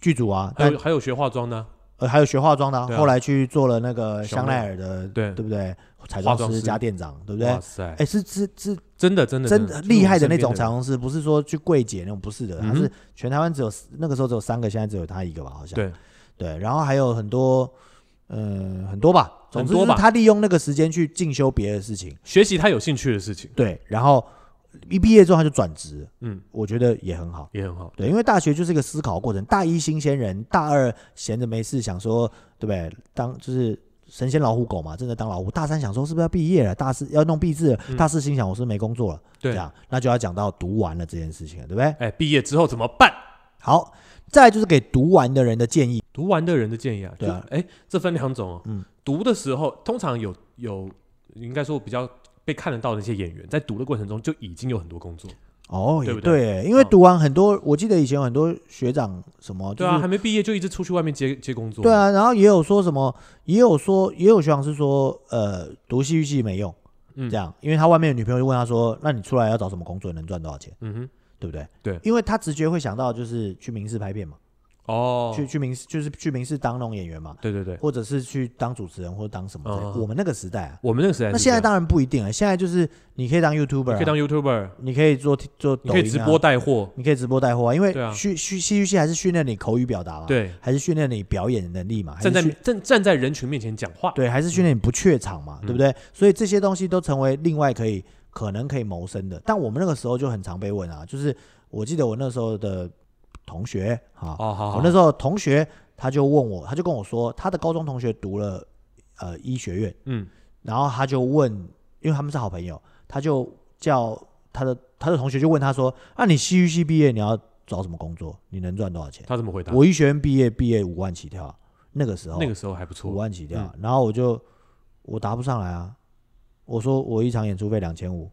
Speaker 1: 剧组啊。
Speaker 2: 还
Speaker 1: 但
Speaker 2: 有还有学化妆的啊，
Speaker 1: 呃，还有学化妆的啊、
Speaker 2: 呃对啊
Speaker 1: 后来去做了那个
Speaker 2: 香
Speaker 1: 香奈
Speaker 2: 奈
Speaker 1: 儿的，
Speaker 2: 对
Speaker 1: 对不对？彩
Speaker 2: 化
Speaker 1: 妆
Speaker 2: 妆
Speaker 1: 师
Speaker 2: 师
Speaker 1: 加店长，对不对
Speaker 2: 哇？塞，
Speaker 1: 哎，是是是
Speaker 2: 真的真的
Speaker 1: 真
Speaker 2: 的
Speaker 1: 的厉害的那种彩
Speaker 2: 才，
Speaker 1: 虹师，不是说去柜姐那种，不是的，
Speaker 2: 嗯
Speaker 1: 他
Speaker 2: 哼
Speaker 1: 是全台湾只有四那个时候只有三个，现在只有他一个吧，好像
Speaker 2: 对
Speaker 1: 对，然后还有很多，嗯，很多吧，总之
Speaker 2: 很多
Speaker 1: 就是
Speaker 2: 吧
Speaker 1: 他利用那个时间去进修别的事情，
Speaker 2: 学习他有兴趣的事情，
Speaker 1: 对，然后一毕业之后他就转职，
Speaker 2: 嗯，
Speaker 1: 我觉得也很好。
Speaker 2: 也很好。
Speaker 1: 对，因为大学就是一个思考过程。大一新鲜人，大二闲着没事想说，对不对？当就是神仙老虎狗嘛，正在当老虎。大三想说是不是要毕业了？大四要弄毕制了
Speaker 2: 嗯
Speaker 1: 大四心想我是不是没工作了，
Speaker 2: 对
Speaker 1: 这样那就要讲到读完了这件事情了，对不对？
Speaker 2: 哎，毕业之后怎么办？
Speaker 1: 好，再来就是给读完的人的建议。
Speaker 2: 读完的人的建议啊，就
Speaker 1: 对啊
Speaker 2: 哎，这分两种哦。
Speaker 1: 嗯
Speaker 2: 读的时候，通常有有应该说比较被看得到的一些演员，在读的过程中就已经有很多工作。
Speaker 1: 哦，也
Speaker 2: 对不嗯
Speaker 1: 对，因为读完很多，我记得以前有很多学长什么，哦就
Speaker 2: 对
Speaker 1: 是
Speaker 2: 啊，还没毕业就一直出去外面接接工作。
Speaker 1: 对，啊，然后也有说什么，也有说，也有学长是说，呃，读戏剧系没用，
Speaker 2: 嗯
Speaker 1: 这样，因为他外面的女朋友就问他说，那你出来要找什么工作能赚多少钱，
Speaker 2: 嗯哼，
Speaker 1: 对不对？
Speaker 2: 对
Speaker 1: 因为他直觉会想到就是去民视拍片嘛，
Speaker 2: 哦，
Speaker 1: 去去民视就是去民视当那种演员嘛，
Speaker 2: 对对对，
Speaker 1: 或者是去当主持人或者当什么之类
Speaker 2: 嗯嗯嗯
Speaker 1: 我们那个时代啊，
Speaker 2: 我们那个时代是这样，
Speaker 1: 那现在当然不一定了，啊现在就是你可以当 YouTuber，、啊
Speaker 2: 你可以当 YouTuber，
Speaker 1: 你可以做做抖音、
Speaker 2: 你
Speaker 1: 啊，
Speaker 2: 可以直播，带货，
Speaker 1: 你可以直播带货啊，因为
Speaker 2: 对啊
Speaker 1: 戏戏戏剧系还是训练你口语表达嘛，，
Speaker 2: 对，
Speaker 1: 还是训练你表演能力嘛，还是
Speaker 2: 站在
Speaker 1: 训
Speaker 2: 站站在人群面前讲话。
Speaker 1: 对，还是训练你不怯场
Speaker 2: 嗯
Speaker 1: 嘛，对不对？所以这些东西都成为另外可以可能可以谋生的。但我们那个时候就很常被问啊，就是我记得我那时候的同学啊，
Speaker 2: 哦，好，
Speaker 1: 我那时候同学他就问我，他就跟我说，他的高中同学读了呃医学院，
Speaker 2: 嗯，
Speaker 1: 然后他就问，因为他们是好朋友，他就叫他的他的同学就问他说，啊，你西域系毕业你要找什么工作？你能赚多少钱？
Speaker 2: 他怎么回答？
Speaker 1: 我医学院毕业毕业五万起跳啊，嗯那个时候
Speaker 2: 那个时候还不
Speaker 1: 五
Speaker 2: 错，
Speaker 1: 万起跳，啊然后我就我答不上来啊，我说我一场演出费两千五，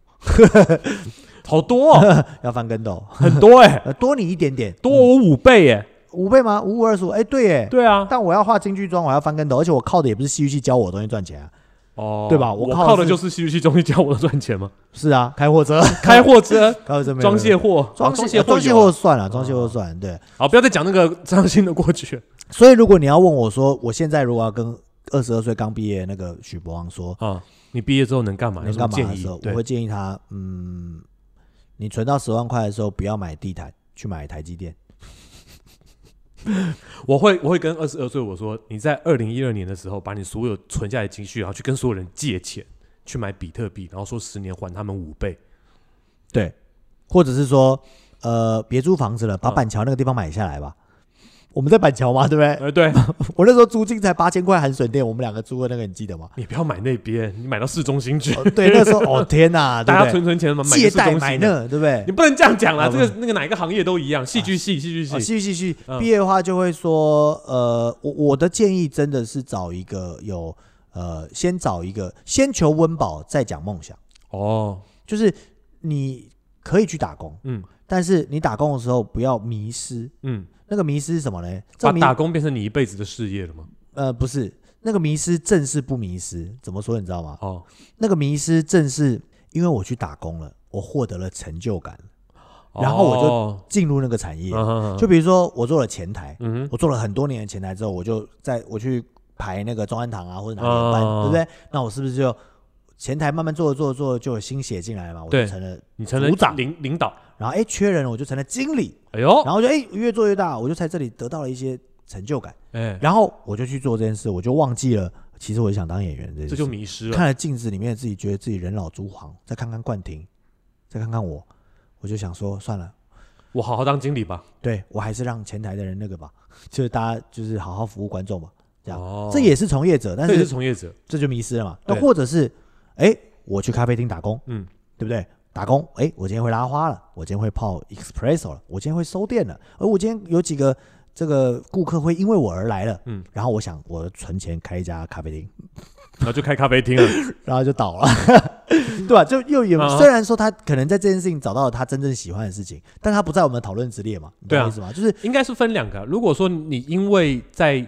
Speaker 2: 好多哦
Speaker 1: 要翻跟斗，
Speaker 2: 很多哎，
Speaker 1: 呃，多你一点点，
Speaker 2: 多我五倍哎。
Speaker 1: 五倍吗？五五二十五，哎，对耶，
Speaker 2: 对啊，
Speaker 1: 但我要化京剧妆，我还要翻跟斗，而且我靠的也不是戏剧系教我的东西赚钱啊，
Speaker 2: 哦，
Speaker 1: 对吧我
Speaker 2: 我
Speaker 1: 靠的
Speaker 2: 的
Speaker 1: 是
Speaker 2: 就是戏剧系中心教我的 赚钱嘛，
Speaker 1: 是啊，开货 车，
Speaker 2: 开货车、
Speaker 1: 开货车没有哦
Speaker 2: 装卸 货、
Speaker 1: 装
Speaker 2: 装
Speaker 1: 卸
Speaker 2: 卸
Speaker 1: 呃装卸
Speaker 2: 有
Speaker 1: 货
Speaker 2: 啊。
Speaker 1: 算了，装卸货算对，
Speaker 2: 好，不要再讲那个伤心的 过去
Speaker 1: 所以如果你要问我说，我现在如果要跟二十二岁刚毕业的那个许博王说
Speaker 2: 啊。你毕业之后能干嘛？有
Speaker 1: 能
Speaker 2: 什么
Speaker 1: 干嘛
Speaker 2: 建
Speaker 1: 的
Speaker 2: 议
Speaker 1: 时候，我
Speaker 2: 对
Speaker 1: 会建议他，嗯，你存到十万块的时候，不要买地毯，去买台积电。
Speaker 2: 我会我会跟二十二岁我说，你在二零一二年的时候，把你所有存下来的积蓄，然后去跟所有人借钱，去买比特币，然后说十年还他们五倍。
Speaker 1: 对，或者是说，呃，别租房子了，把
Speaker 2: 嗯
Speaker 1: 板桥那个地方买下来吧。我们在板桥嘛，对不对？
Speaker 2: 呃，对，
Speaker 1: 我那时候租金才八千块，含水电，我们两个租的那个，你记得吗？
Speaker 2: 你不要买那边，你买到市中心去，
Speaker 1: 哦对，那时候哦天哪，对
Speaker 2: 大
Speaker 1: 不对？
Speaker 2: 家存存钱嘛，买个
Speaker 1: 借
Speaker 2: 市中
Speaker 1: 贷
Speaker 2: 心
Speaker 1: 买
Speaker 2: 的，
Speaker 1: 那，对不对
Speaker 2: 你？不能这样讲啦。
Speaker 1: 啊
Speaker 2: 这个那个哪一个行业都一样，戏剧系、戏剧
Speaker 1: 哦，
Speaker 2: 系，
Speaker 1: 继续继续，
Speaker 2: 嗯
Speaker 1: 毕业的话就会说，呃，我我的建议真的是找一个有，呃，先找一个，先求温饱，再讲梦想，
Speaker 2: 哦，
Speaker 1: 就是你可以去打工，
Speaker 2: 嗯
Speaker 1: 但是你打工的时候不要迷失，
Speaker 2: 嗯，
Speaker 1: 那个迷失是什么呢？这
Speaker 2: 把
Speaker 1: 个迷
Speaker 2: 打工变成你一辈子的事业了吗？
Speaker 1: 呃，不是，那个迷失正是不迷失，怎么说你知道吗？
Speaker 2: 哦
Speaker 1: 那个迷失正是因为我去打工了，我获得了成就感， 然后我就
Speaker 2: 就
Speaker 1: 进入那个产业。
Speaker 2: 哦嗯
Speaker 1: 就比如说我做了前台，
Speaker 2: 嗯哼
Speaker 1: 我做了很多年的前台之后，我就在我去排那个中安堂啊或者哪里的班，对
Speaker 2: 哦
Speaker 1: 不对？那我是不是就前台慢慢做着做着做着就有新血进来了嘛？我就
Speaker 2: 对
Speaker 1: 成了，
Speaker 2: 你成了
Speaker 1: 组长
Speaker 2: 领领导，
Speaker 1: 然后哎缺人了我就成了经理，
Speaker 2: 哎呦，
Speaker 1: 然后就哎越做越大，我就在这里得到了一些成就感。
Speaker 2: 哎，
Speaker 1: 然后我就去做这件事，我就忘记了，其实我想当演员这件事
Speaker 2: 这就迷失了。
Speaker 1: 看了镜子里面的自己，觉得自己人老珠黄，再看看冠廷，再看看我，我就想说算了，
Speaker 2: 我好好当经理吧。
Speaker 1: 对我还是让前台的人那个吧， 就是大家就是好好服务观众嘛，这样、
Speaker 2: 哦，
Speaker 1: 这也是从业者，但
Speaker 2: 这也是
Speaker 1: 是
Speaker 2: 从业者。
Speaker 1: 这就迷失了嘛。那
Speaker 2: 对
Speaker 1: 或者是，哎，我去咖啡厅打工，
Speaker 2: 嗯，
Speaker 1: 对不对？打工，哎，我今天会拉花了，我今天会泡 espresso 了，我今天会收店了，而我今天有几个这个顾客会因为我而来了，
Speaker 2: 嗯，
Speaker 1: 然后我想我存钱开一家咖啡厅，
Speaker 2: 然后就开咖啡厅了。
Speaker 1: 然后就倒了， 对吧？就又有、
Speaker 2: 嗯
Speaker 1: 虽然说他可能在这件事情找到了他真正喜欢的事情，但他不在我们的讨论之列嘛，你懂
Speaker 2: 对啊
Speaker 1: 我意思吗？就是
Speaker 2: 应该是分两个。如果说你因为在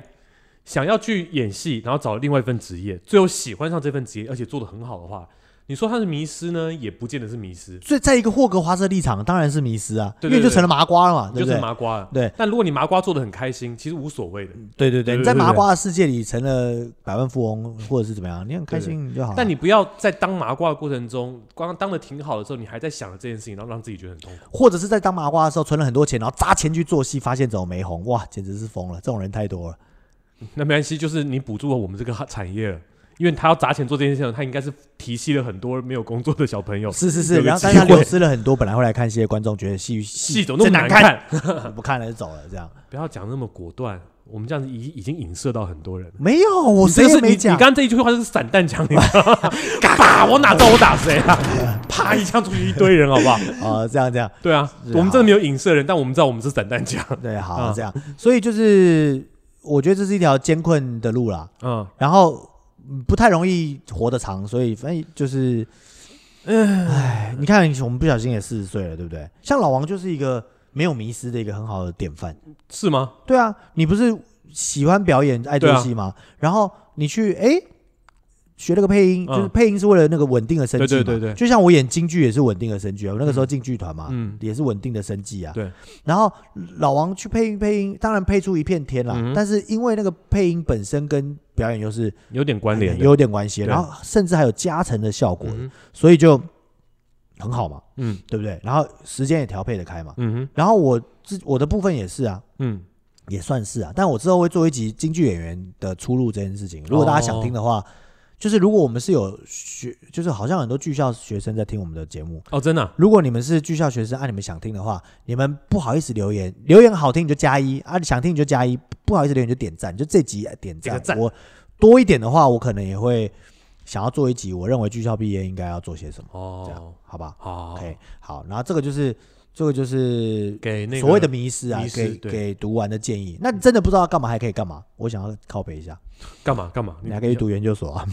Speaker 2: 想要去演戏，然后找另外一份职业，最后喜欢上这份职业，而且做得很好的话，你说他是迷失呢，也不见得是迷失，
Speaker 1: 所以在一个霍格华兹的立场，当然是迷失啊，
Speaker 2: 对对
Speaker 1: 因为
Speaker 2: 对
Speaker 1: 就成了麻瓜了嘛，
Speaker 2: 你
Speaker 1: 对
Speaker 2: 就
Speaker 1: 不
Speaker 2: 是
Speaker 1: 对？
Speaker 2: 麻瓜了。
Speaker 1: 对嗯
Speaker 2: 但如果你麻瓜做得很开心，其实无所谓的。
Speaker 1: 对对
Speaker 2: 对
Speaker 1: 对，你
Speaker 2: 对
Speaker 1: 在
Speaker 2: 对
Speaker 1: 麻
Speaker 2: 对
Speaker 1: 瓜的世界里成了百万富翁或者是怎么样，你很开心就好了。
Speaker 2: 但你不要在当麻瓜的过程中，刚刚当的挺好的时候，你还在想着这件事情，然后让自己觉得很痛苦。
Speaker 1: 或者是在当麻瓜的时候存了很多钱，然后砸钱去做戏，发现怎么没红，哇，简直是疯了！这种人太多了。嗯
Speaker 2: 那没关系，就是你补助了我们这个产业了。因为他要砸钱做这件事情，他应该是提吸了很多没有工作的小朋友。
Speaker 1: 是是
Speaker 2: 有
Speaker 1: 是，
Speaker 2: 个
Speaker 1: 然后
Speaker 2: 机
Speaker 1: 但是他
Speaker 2: 会
Speaker 1: 流失了很多本来会来看戏的观众，觉得戏
Speaker 2: 戏怎么那
Speaker 1: 真
Speaker 2: 么
Speaker 1: 难
Speaker 2: 难看？
Speaker 1: 看，不看了就走了，这样
Speaker 2: 不要讲那么果断，我们这样子已已经影射到很多人了。
Speaker 1: 没有，我
Speaker 2: 你这
Speaker 1: 谁
Speaker 2: 个
Speaker 1: 也
Speaker 2: 是你
Speaker 1: 没
Speaker 2: 你
Speaker 1: 讲
Speaker 2: 刚。刚这一句话就是散弹枪，你 知道吗？打我哪知道我打谁啊？啪一枪出去一堆人，好不 好？
Speaker 1: 哦，这样这样，
Speaker 2: 对啊，
Speaker 1: 是啊
Speaker 2: 我们真的没有影射人，但我们知道我们是散弹枪。
Speaker 1: 对，好
Speaker 2: 啊
Speaker 1: 这样，所以就是我觉得这是一条艰困的路啦，
Speaker 2: 嗯，
Speaker 1: 然后嗯不太容易活得长，所以反正就是，唉，你看我们不小心也四十岁了，对不对？像老王就是一个没有迷失的一个很好的典范。
Speaker 2: 是吗？
Speaker 1: 对啊，你不是喜欢表演、爱做戏吗？
Speaker 2: 啊
Speaker 1: 然后你去哎、诶学了个配音，
Speaker 2: 嗯
Speaker 1: 就是配音是为了那个稳定的生计嘛。
Speaker 2: 对对对对
Speaker 1: 就像我演京剧也是稳定的生计啊，我那个时候进剧团嘛，
Speaker 2: 嗯
Speaker 1: 也是稳定的生计啊。
Speaker 2: 对。
Speaker 1: 然后老王去配音，配音当然配出一片天啦，
Speaker 2: 嗯
Speaker 1: 但是因为那个配音本身跟表演又是
Speaker 2: 有点关联的。
Speaker 1: 嗯有点关系，
Speaker 2: 对
Speaker 1: 然后甚至还有加成的效果，
Speaker 2: 嗯
Speaker 1: 所以就很好嘛，
Speaker 2: 嗯
Speaker 1: 对不对？然后时间也调配得开嘛。
Speaker 2: 嗯哼
Speaker 1: 然后我自我的部分也是啊，
Speaker 2: 嗯，
Speaker 1: 也算是啊，但我之后会做一集京剧演员的出路这件事情。如果大家想听的
Speaker 2: 哦
Speaker 1: 话，就是如果我们是有学，就是好像很多剧校学生在听我们的节目。
Speaker 2: 哦，真的啊
Speaker 1: 如果你们是剧校学生，按、啊你们想听的话，你们不好意思留言，留言好听你就加一，啊，想听你就加一，不好意思留言就点赞，就这集点
Speaker 2: 点
Speaker 1: 赞
Speaker 2: 个。赞
Speaker 1: 我多一点的话，我可能也会想要做一集，我认为剧校毕业应该要做些什么，这样
Speaker 2: 哦，
Speaker 1: 好吧
Speaker 2: 好
Speaker 1: ？OK，好，然后这个就是这个就是
Speaker 2: 给那个
Speaker 1: 所谓的迷失啊，
Speaker 2: 迷失
Speaker 1: 给
Speaker 2: 对
Speaker 1: 给读完的建议。那你真的不知道要干嘛还可以干嘛？我想要靠北一下，
Speaker 2: 干嘛干嘛？
Speaker 1: 你还可以读研究所啊，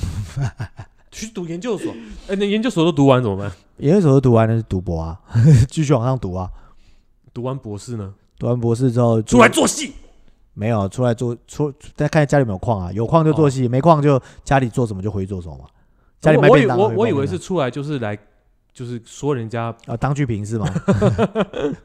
Speaker 2: 去读研究所？哎，那研究所都读完怎么办？
Speaker 1: 研究所都读完了是读博啊， 继续往上读啊，
Speaker 2: 读完博士呢？
Speaker 1: 读完博士之后
Speaker 2: 出来做戏。
Speaker 1: 没有出来做出，再看家里有没有矿啊，有矿就
Speaker 2: 哦
Speaker 1: 做戏，没矿就家里做什么就回去做什么嘛。家里卖
Speaker 2: 我以
Speaker 1: 便当，啊
Speaker 2: 我
Speaker 1: 卖
Speaker 2: 我以为
Speaker 1: 便
Speaker 2: 是
Speaker 1: 当
Speaker 2: 出来就是来就是说人家
Speaker 1: 啊，当剧评是吗？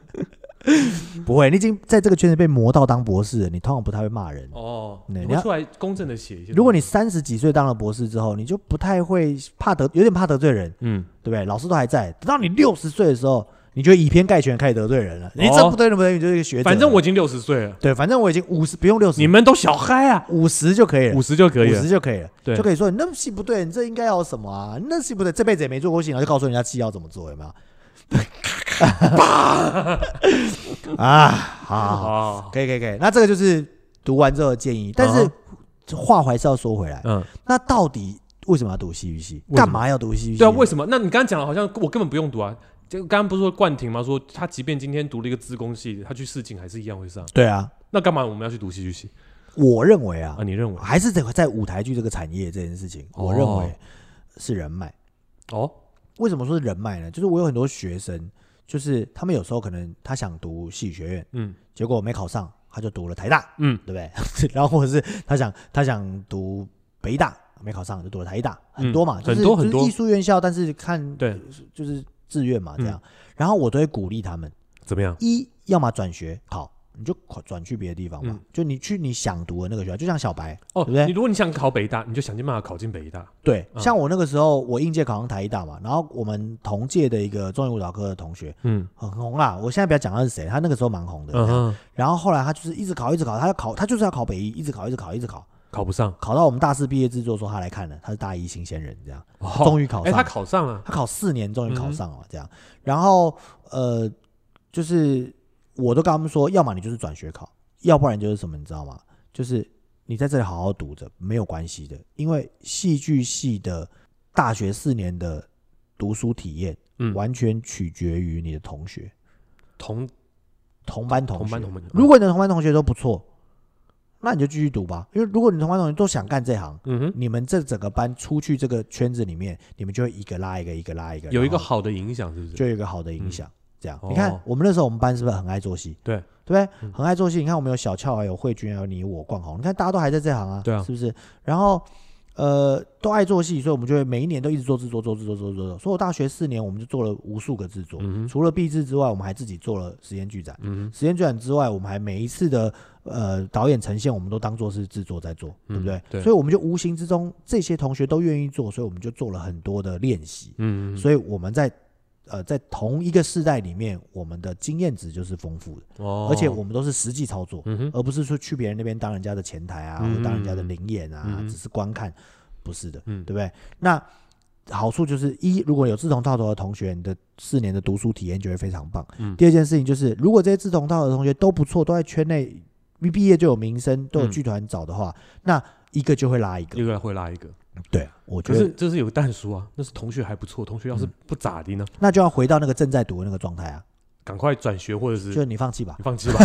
Speaker 1: 不会，你已经在这个圈子被磨到当博士了，你通常不太会骂人。
Speaker 2: 哦，
Speaker 1: 对
Speaker 2: 你
Speaker 1: 你
Speaker 2: 会
Speaker 1: 要
Speaker 2: 出来公正的写一些东西。
Speaker 1: 如果你三十几岁当了博士之后，你就不太会怕得，有点怕得罪人。
Speaker 2: 嗯，
Speaker 1: 对不对？老师都还在，等到你六十岁的时候，你就以偏概全，开始得罪人了。你这不对，不对，你就是一个学者。
Speaker 2: 哦反正我已经六十岁了，
Speaker 1: 对，反正我已经五十，不用六十，
Speaker 2: 你们都小嗨啊，
Speaker 1: 五十就可以了，
Speaker 2: 五十就可以了
Speaker 1: 50。就可以了，
Speaker 2: 对
Speaker 1: 就可以说你那戏不对，你这应该要什么啊？你那戏不对，这辈子也没做过戏，然后就告诉人家戏要怎么做，有 没有？啊，好好好，
Speaker 2: 啊，
Speaker 1: 可以可以可以，那这个就是读完之后的建议，但
Speaker 2: 嗯
Speaker 1: 是话还是要说回来，
Speaker 2: 嗯，
Speaker 1: 那到底为什么要读戏剧系？
Speaker 2: 为什么
Speaker 1: 干嘛要读戏剧系？
Speaker 2: 对啊，为什么？那你刚刚讲的好像我根本不用读啊。就刚刚不是说冠廷吗？说他即便今天读了一个资工系，他去试镜还是一样会上。
Speaker 1: 对啊，
Speaker 2: 那干嘛我们要去读戏剧系
Speaker 1: 我认为啊
Speaker 2: 啊？，你认为？
Speaker 1: 还是得在舞台剧这个产业这件事情，
Speaker 2: 哦
Speaker 1: 我认为是人脉。
Speaker 2: 哦，
Speaker 1: 为什么说是人脉呢？就是我有很多学生，就是他们有时候可能他想读戏剧学院，
Speaker 2: 嗯
Speaker 1: 结果没考上，他就读了台大，
Speaker 2: 嗯
Speaker 1: 对不 对？然后或者是他想他想读北大，没考上就读了台大，
Speaker 2: 嗯
Speaker 1: 很多嘛，就是
Speaker 2: 很多很多
Speaker 1: 就是艺术院校，但是看
Speaker 2: 对，嗯
Speaker 1: 就是志愿嘛这样。然后我都会鼓励他们，
Speaker 2: 怎么样？
Speaker 1: 一要么转学考，你就考转去别的地方嘛
Speaker 2: 嗯。
Speaker 1: 就你去你想读的那个学校，就像小白，对
Speaker 2: 哦，
Speaker 1: 不对
Speaker 2: 你如果你想考北大，你就想尽办法考进北大。
Speaker 1: 对，
Speaker 2: 嗯
Speaker 1: 像我那个时候，我应届考上台艺大嘛，然后我们同届的一个中文舞蹈科的同学
Speaker 2: 嗯
Speaker 1: 很红啦，我现在不要讲他是谁，他那个时候蛮红的。
Speaker 2: 嗯哼，
Speaker 1: 然后后来他就是一直考，一直考，他要考，他就是要考北一，一直考，一直考，一直考，
Speaker 2: 考不上，
Speaker 1: 考到我们大四毕业制作说他来看了，他是大一新鲜人这样，
Speaker 2: 哦，
Speaker 1: 终于考
Speaker 2: 哎，
Speaker 1: 上。
Speaker 2: 他考嗯上了，
Speaker 1: 他考四年终于考上了，这样。然后呃，就是我都跟他们说，要么你就是转学考，要不然就是什么，你知道吗？就是你在这里好好读着，没有关系的，因为戏剧系的大学四年的读书体验，
Speaker 2: 嗯
Speaker 1: 完全取决于你的同学，
Speaker 2: 同
Speaker 1: 同班同学。
Speaker 2: 同班同班，
Speaker 1: 如果你的同班同学都不错，那你就继续读吧，因为如果你同班同学都想干这行。
Speaker 2: 嗯哼，
Speaker 1: 你们这整个班出去这个圈子里面，你们就会一个拉一个，一个拉一个，
Speaker 2: 有一
Speaker 1: 然后
Speaker 2: 个好的影响是不是？
Speaker 1: 就有一个好的影响。这样，你
Speaker 2: 哦
Speaker 1: 看我们那时候我们班是不是很爱做戏？
Speaker 2: 对，
Speaker 1: 对不对？
Speaker 2: 嗯
Speaker 1: 很爱做戏。你看我们有小俏啊，有慧君啊，有你我冠宏，你看大家都还在这行啊，
Speaker 2: 对啊
Speaker 1: 是不是？然后呃，都爱做戏，所以我们就会每一年都一直做制作，做制作，做制作。所以我大学四年，我们就做了无数个制作。
Speaker 2: 嗯哼，
Speaker 1: 除了毕制之外，我们还自己做了实验剧展。
Speaker 2: 嗯哼，
Speaker 1: 实验剧展之外，我们还每一次的呃导演呈现，我们都当做是制作在做，对不对？
Speaker 2: 嗯对
Speaker 1: 所以我们就无形之中，这些同学都愿意做，所以我们就做了很多的练习。
Speaker 2: 嗯，
Speaker 1: 所以我们在呃在同一个世代里面，我们的经验值就是丰富的，
Speaker 2: 以哦，
Speaker 1: 而且我们都是实际操作，
Speaker 2: 嗯哼，
Speaker 1: 而不是说去别人那边当人家的前台啊，
Speaker 2: 嗯
Speaker 1: 或者当人家的灵眼啊，
Speaker 2: 嗯
Speaker 1: 只是观看，不是的，
Speaker 2: 嗯
Speaker 1: 对不对？那好处就是一，如果有志同道合的同学，你的四年的读书体验就会非常棒。
Speaker 2: 嗯
Speaker 1: 第二件事情就是，如果这些志同道合的同学都不错，都在圈内一毕业就有名声，都有
Speaker 2: 嗯
Speaker 1: 剧团找的话，那一个就会拉一个
Speaker 2: 一。个会拉一个，
Speaker 1: 对，我觉
Speaker 2: 可
Speaker 1: 得
Speaker 2: 是这是有个蛋叔啊，那是同学还不错，同学要是
Speaker 1: 嗯
Speaker 2: 不咋的呢，
Speaker 1: 那就要回到那个正在读的那个状态啊，
Speaker 2: 赶快转学或者是
Speaker 1: 就是你放弃吧
Speaker 2: 你。放弃吧，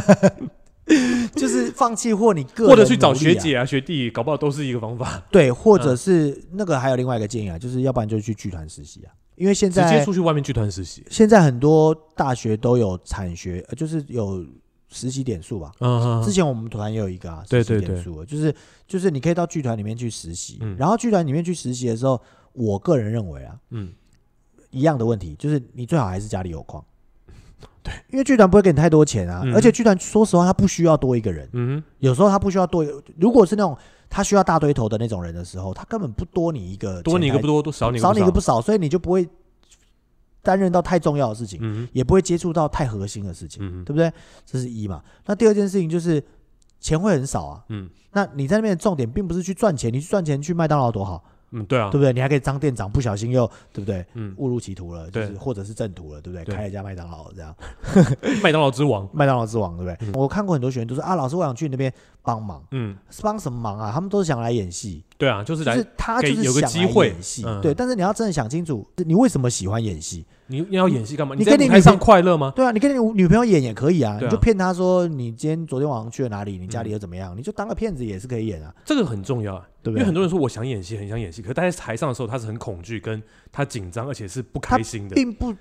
Speaker 1: 就是放弃或你 个人、
Speaker 2: 或者去找学，姐啊嗯学弟，搞不好都是一个方法，
Speaker 1: 对，或者是那个还有另外一个建议啊，就是要不然就去剧团实习啊，因为现
Speaker 2: 直接
Speaker 1: 在
Speaker 2: 出去外面剧团实习。
Speaker 1: 现在很多大学都有产学，呃就是有实习点数吧。
Speaker 2: 嗯
Speaker 1: 之前我们团也有一个啊，实
Speaker 2: 对
Speaker 1: 习
Speaker 2: 对对
Speaker 1: 点数的，就是就是你可以到剧团里面去实习，
Speaker 2: 嗯
Speaker 1: 然后剧团里面去实习的时候，我个人认为啊，
Speaker 2: 嗯，
Speaker 1: 一样的问题，就是你最好还是家里有矿。
Speaker 2: 对，
Speaker 1: 因为剧团不会给你太多钱啊，
Speaker 2: 嗯
Speaker 1: 而且剧团说实话，他不需要多一个人，
Speaker 2: 嗯
Speaker 1: 有时候他不需要多一个，如果是那种他需要大堆头的那种人的时候，他根本不多你一个，
Speaker 2: 哼，多你一个不
Speaker 1: 多，
Speaker 2: 多，多少你
Speaker 1: 少你一
Speaker 2: 一
Speaker 1: 个
Speaker 2: 个
Speaker 1: 不
Speaker 2: 不少。
Speaker 1: 少，所以你就不会担任到太重要的事情，
Speaker 2: 嗯哼
Speaker 1: 也不会接触到太核心的事情，
Speaker 2: 嗯
Speaker 1: 对不对？这是一嘛。那第二件事情就是钱会很少啊。
Speaker 2: 嗯
Speaker 1: 那你在那边的重点并不是去赚钱，你去赚钱去麦当劳多好，
Speaker 2: 嗯，对啊
Speaker 1: 对，不对？你还可以当店长，不小心又对不对？
Speaker 2: 嗯，
Speaker 1: 误入歧途了，就是
Speaker 2: 对
Speaker 1: 或者是正途了，对不对？
Speaker 2: 对嗯
Speaker 1: 开了一家麦当劳这样，
Speaker 2: 麦当劳之王。
Speaker 1: 麦当劳之王，对不对？我看过很多学员都说啊，老师我想去你那边帮忙，
Speaker 2: 嗯，
Speaker 1: 帮什么忙啊？他们都是想来演戏，
Speaker 2: 对啊，就是
Speaker 1: 就
Speaker 2: 来
Speaker 1: 是他就
Speaker 2: 给
Speaker 1: 是
Speaker 2: 有个
Speaker 1: 想
Speaker 2: 机
Speaker 1: 来
Speaker 2: 会
Speaker 1: 演戏，
Speaker 2: 嗯
Speaker 1: 对。但是你要真的想清楚，你为什么喜欢演戏？
Speaker 2: 你你要演戏干嘛？
Speaker 1: 你
Speaker 2: 你在
Speaker 1: 跟你
Speaker 2: 舞台
Speaker 1: 女
Speaker 2: 上
Speaker 1: 朋
Speaker 2: 快乐吗？
Speaker 1: 对啊，你跟你女朋友演也可以啊，
Speaker 2: 对啊
Speaker 1: 你就骗她说你今天昨天晚上去了哪里，你家里又怎么
Speaker 2: 嗯
Speaker 1: 样，你就当个骗子也是可以演啊，
Speaker 2: 这个很重要啊，
Speaker 1: 对不
Speaker 2: 因为
Speaker 1: 对
Speaker 2: 很？多人说我想演戏，很想演戏，可是他在台上的时候，他是很恐惧，跟他紧张，而且是不开心的。
Speaker 1: 并不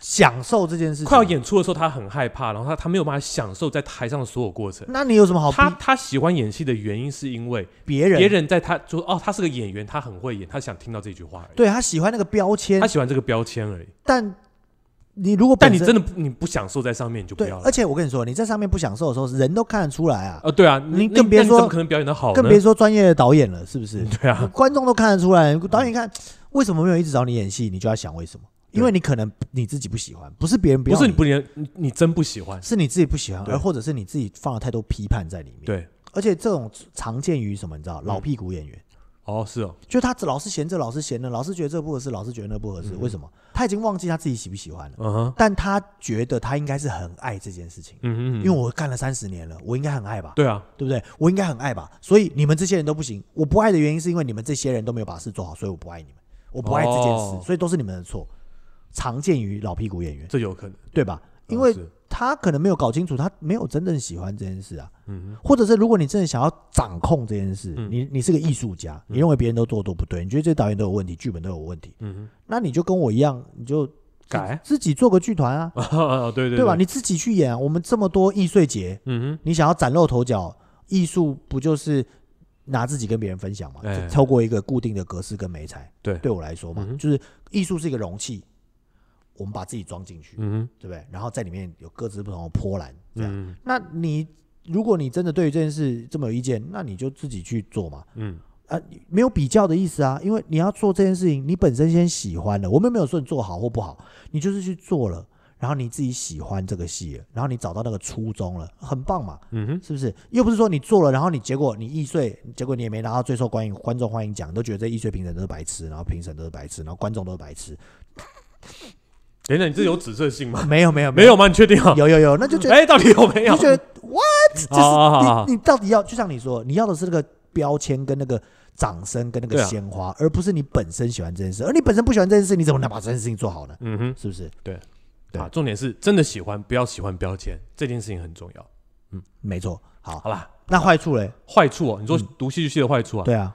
Speaker 1: 享受这件事情，
Speaker 2: 快要，演出的时候，他很害怕，然后他他没有办法享受在台上的所有过程。
Speaker 1: 那你有什么好逼
Speaker 2: 他他喜欢演戏的原因是因为
Speaker 1: 哦别人？
Speaker 2: 别人在他就哦，他是个演员，他很会演，他想听到这句话而已，
Speaker 1: 对他喜欢那个标签
Speaker 2: 他，喜欢这个标签而已。
Speaker 1: 但你如果
Speaker 2: 但
Speaker 1: 本
Speaker 2: 你
Speaker 1: 身
Speaker 2: 真的不你不享受在上面，你就不
Speaker 1: 对，
Speaker 2: 要
Speaker 1: 而
Speaker 2: 了。
Speaker 1: 且我跟你说，你在上面不享受的时候，人都看得出来啊，
Speaker 2: 呃，对啊，你
Speaker 1: 你更别
Speaker 2: 哦那你怎
Speaker 1: 说
Speaker 2: 么可能表演的好呢？
Speaker 1: 更别说专业的导演了，是不是？
Speaker 2: 对啊， 嗯
Speaker 1: 观众都看得出来，导演一看为什么没有一直找你演戏，你就要想为什么，
Speaker 2: 对
Speaker 1: 因为你可能你自己不喜欢，不是别人不
Speaker 2: 不
Speaker 1: 要
Speaker 2: 是你不连你你真不喜欢，
Speaker 1: 是你自己不喜欢，
Speaker 2: 对
Speaker 1: 而或者是你自己放了太多批判在里面。，
Speaker 2: 对，
Speaker 1: 而且这种常见于什么？你知道，老屁股演员，
Speaker 2: 哦，是哦，
Speaker 1: 就他老是嫌这，老是嫌那，老是觉得这不合适，老是觉得那不合适，为什么？他已经忘记他自己喜不喜欢了，
Speaker 2: 嗯哼，
Speaker 1: 但他觉得他应该是很爱这件事情，
Speaker 2: 嗯哼嗯
Speaker 1: 因
Speaker 2: 哼，
Speaker 1: 为我干了三十年了，我应该很爱吧。
Speaker 2: 对啊，
Speaker 1: 对不对？我应该很爱吧，所以你们这些人都不行。我不爱的原因是因为你们这些人都没有把事做好，所以我不爱你们，我不爱这件事，
Speaker 2: 哦
Speaker 1: 所以都是你们的错。常见于老屁股演员，
Speaker 2: 这有可能，
Speaker 1: 对吧？因
Speaker 2: 嗯
Speaker 1: 为
Speaker 2: 是
Speaker 1: 他可能没有搞清楚，他没有真正喜欢这件事啊。
Speaker 2: 嗯
Speaker 1: 或者是如果你真的想要掌控这件事，
Speaker 2: 嗯
Speaker 1: 你你是个艺术家，你认为别人都做得都不对，你觉得这些导演都有问题，剧本都有问题，
Speaker 2: 嗯
Speaker 1: 那你就跟我一样，你就
Speaker 2: 改
Speaker 1: 自己做个剧团啊，
Speaker 2: 哼，哦，对对
Speaker 1: 对吧？？你自己去演啊、我们这么多易碎节，
Speaker 2: 嗯
Speaker 1: 你想要崭露头角，艺术不就是拿自己跟别人分享嘛？
Speaker 2: 哎
Speaker 1: 就透过一个固定的格式跟媒材，
Speaker 2: 对
Speaker 1: 对我来说嘛，
Speaker 2: 嗯哼
Speaker 1: 就是艺术是一个容器，我们把自己装进去，
Speaker 2: 嗯
Speaker 1: 对不对？然后在里面有各自不同的波澜，这样。
Speaker 2: 嗯
Speaker 1: 那你如果你真的对于这件事这么有意见，那你就自己去做嘛。
Speaker 2: 嗯，
Speaker 1: 啊，没有比较的意思啊，因为你要做这件事情，你本身先喜欢了，我们没有说你做好或不好，你就是去做了，然后你自己喜欢这个戏了，然后你找到那个初衷了，很棒嘛，
Speaker 2: 嗯哼，
Speaker 1: 是不是？又不是说你做了，然后你结果你易碎，结果你也没拿到最受欢迎观众欢迎奖，你都觉得这易碎评审都是白痴，然后评审都是白痴，然后观众都是白痴，
Speaker 2: 等等，你这有指涉性吗？
Speaker 1: 没有没有
Speaker 2: 没有吗？你确定啊？
Speaker 1: 有有有，那就觉得、
Speaker 2: 哎，到底有没有
Speaker 1: 就？觉得 what，就是你
Speaker 2: 好好好好
Speaker 1: 你到底要就像你说，你要的是那个标签跟那个掌声跟那个
Speaker 2: 对啊
Speaker 1: 鲜花，而不是你本身喜欢这件事，而你本身不喜欢这件事，你怎么能把这件事情做好呢？
Speaker 2: 嗯哼，
Speaker 1: 是不是？对
Speaker 2: 啊，重点是真的喜欢，不要喜欢标签，这件事情很重要。
Speaker 1: 没错。好，
Speaker 2: 好啦，
Speaker 1: 那坏处嘞？
Speaker 2: 坏处哦，你说读戏剧系的坏处
Speaker 1: 嗯
Speaker 2: 啊，
Speaker 1: 对啊，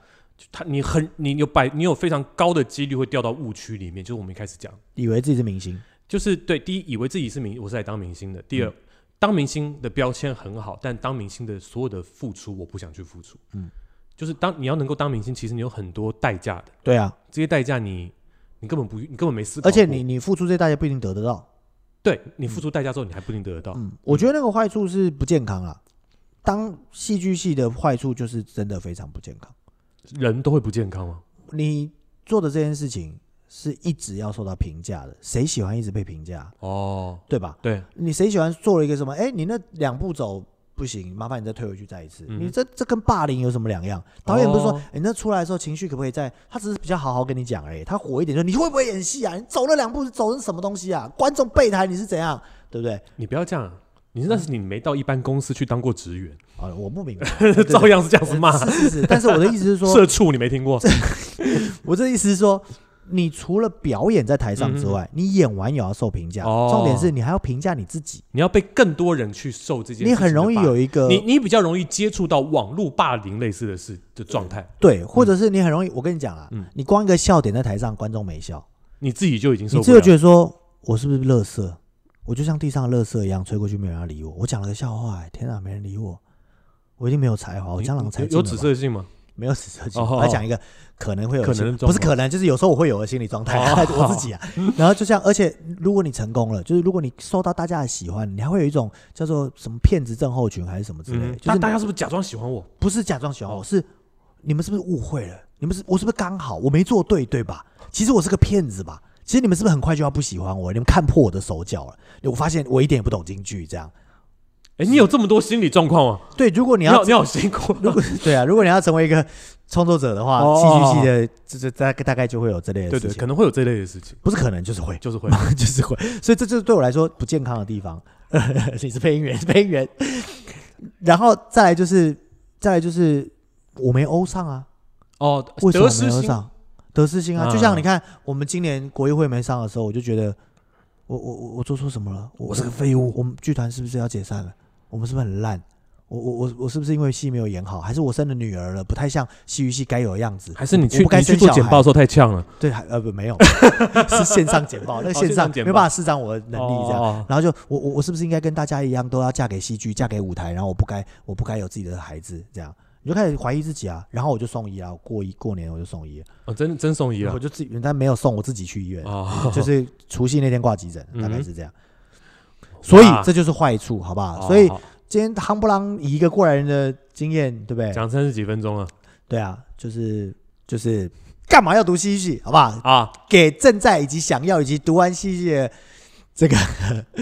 Speaker 2: 他你很你有百你有非常高的几率会掉到误区里面，就是我们一开始讲，
Speaker 1: 以为自己是明星，
Speaker 2: 就是对第一以为自己是明我是来当明星的，
Speaker 1: 嗯
Speaker 2: 第二、当明星的标签很好，但当明星的所有的付出我不想去付出，
Speaker 1: 嗯，
Speaker 2: 就是当你要能够当明星，其实你有很多代价的，
Speaker 1: 对啊，
Speaker 2: 这些代价你你根本不你根本没思考过，
Speaker 1: 而且你你付出这些代价不一定得得到。
Speaker 2: 对你付出代价之后你还不一定得得到，
Speaker 1: 嗯，我觉得那个坏处是不健康啊。当戏剧系的坏处就是真的非常不健康。
Speaker 2: 人都会不健康吗？
Speaker 1: 你做的这件事情是一直要受到评价的，谁喜欢一直被评价，
Speaker 2: 哦，
Speaker 1: 对吧？
Speaker 2: 对，
Speaker 1: 你谁喜欢做了一个什么？哎，你那两步走不行，麻烦你再退回去再一次。
Speaker 2: 嗯
Speaker 1: 你这这跟霸凌有什么两样？导演不是说，
Speaker 2: 哦
Speaker 1: 哎、那出来的时候情绪可不可以再？他只是比较好好跟你讲而已。他火一点说，你会不会演戏啊？你走了两步是走成什么东西啊？观众背台你是怎样，对不对？
Speaker 2: 你不要这样，啊你那是你没到一般公司去当过职员，
Speaker 1: 啊，我不明 白，对对对
Speaker 2: 照样是这样子骂。
Speaker 1: 是是是，但是我的意思是说，
Speaker 2: 社畜你没听过？
Speaker 1: 我这意思是说，你除了表演在台上之外，你演完也要受评价。
Speaker 2: 嗯哦
Speaker 1: 重点是你还要评价你自己，
Speaker 2: 你要被更多人去受这件事情
Speaker 1: 你
Speaker 2: 的
Speaker 1: 很容易
Speaker 2: 霸
Speaker 1: 有一个
Speaker 2: 你你比较容易接触到网络霸凌类似的事的状态，
Speaker 1: 对，或者是你很容易，我跟你讲啊
Speaker 2: 嗯，
Speaker 1: 你光一个笑点在台上，观众没笑，
Speaker 2: 你自己就已经受
Speaker 1: 你
Speaker 2: 不
Speaker 1: 只有
Speaker 2: 了。
Speaker 1: 觉得说我是不是垃圾，我就像地上的垃圾一样，吹过去没有人要理我。我讲了个笑话、哎天啊，没人理我，我一定没有才华，我
Speaker 2: 你
Speaker 1: 江郎才
Speaker 2: 有
Speaker 1: 尽
Speaker 2: 有
Speaker 1: 了
Speaker 2: 紫
Speaker 1: 吧。
Speaker 2: 色性吗？
Speaker 1: 没有紫色情，
Speaker 2: 哦哦
Speaker 1: 我要讲一个可能会有的
Speaker 2: 可
Speaker 1: 心
Speaker 2: 能的状
Speaker 1: 不是
Speaker 2: 况
Speaker 1: 可能，就是有时候我会有的心理状态，
Speaker 2: 哦
Speaker 1: 我自己啊。然后就像，而且如果你成功了，就是如果你受到大家的喜欢，你还会有一种叫做什么骗子症候群还是什么之类的，
Speaker 2: 嗯，
Speaker 1: 就
Speaker 2: 大
Speaker 1: 是
Speaker 2: 大家是不是假装喜欢我？
Speaker 1: 不是假装喜欢我，
Speaker 2: 哦
Speaker 1: 是你们是不是误会了？你们是我是不是刚好我没做对对吧？其实我是个骗子吧？其实你们是不是很快就要不喜欢我？你们看破我的手脚了？我发现我一点也不懂京剧，这样
Speaker 2: 哎，你有这么多心理状况啊？
Speaker 1: 对。如果你
Speaker 2: 你
Speaker 1: 要
Speaker 2: 好你好辛苦。
Speaker 1: 如 果对啊，如果你要成为一个创作者的话，
Speaker 2: 哦
Speaker 1: 戏剧系的这这大概大概就会有这类的
Speaker 2: 对
Speaker 1: 事情，
Speaker 2: 对，可能会有这类的事情，
Speaker 1: 不是可能就是会，
Speaker 2: 就是会。
Speaker 1: 就是会，所以这就是对我来说不健康的地方。 你是配音员，配音员，然后再来就是再来就是我没欧上啊，
Speaker 2: 哦，
Speaker 1: 为什么没
Speaker 2: 得失
Speaker 1: 有
Speaker 2: 心
Speaker 1: 上？得失心啊，
Speaker 2: 嗯
Speaker 1: 就像你看我们今年国议会没上的时候，我就觉得我我我我做错什么了？我
Speaker 2: 我是个
Speaker 1: 废物。我们剧团是不是要解散了？我们是不是很烂？我我我我是不是因为戏没有演好，还是我生了女儿了，不太像戏剧系该有的样子？
Speaker 2: 还是你
Speaker 1: 我
Speaker 2: 去
Speaker 1: 不该
Speaker 2: 你去
Speaker 1: 生
Speaker 2: 做
Speaker 1: 小
Speaker 2: 简
Speaker 1: 孩
Speaker 2: 报的时候太呛了？
Speaker 1: 对，还呃不没有， 是线上简报，那个
Speaker 2: 哦
Speaker 1: 线
Speaker 2: 线
Speaker 1: 上
Speaker 2: 上简
Speaker 1: 没
Speaker 2: 报
Speaker 1: 办法施展我的能力这样。
Speaker 2: 样。
Speaker 1: 然后就我我我是不是应该跟大家一样都要嫁给戏剧，嫁给舞台？然后我不该我不该有自己的孩子这样。你就开始怀疑自己啊，然后我就送医啊，过一过年我就送 医了，
Speaker 2: 哦，真真送医了
Speaker 1: 我。就自己，但没有送，我自己去医院，
Speaker 2: 哦，
Speaker 1: 就是除夕那天挂急诊，
Speaker 2: 嗯哼
Speaker 1: 大概是这 样。所以
Speaker 2: 哇
Speaker 1: 这就是坏处，好不好？
Speaker 2: 哦
Speaker 1: 所以
Speaker 2: 好
Speaker 1: 今天夯不啷以一个过来人的经验，对不对？
Speaker 2: 讲三十几分钟了
Speaker 1: 对啊，就是就是干嘛要读戏剧系，好不好？
Speaker 2: 啊！
Speaker 1: 给正在以及想要以及读完戏剧的这个，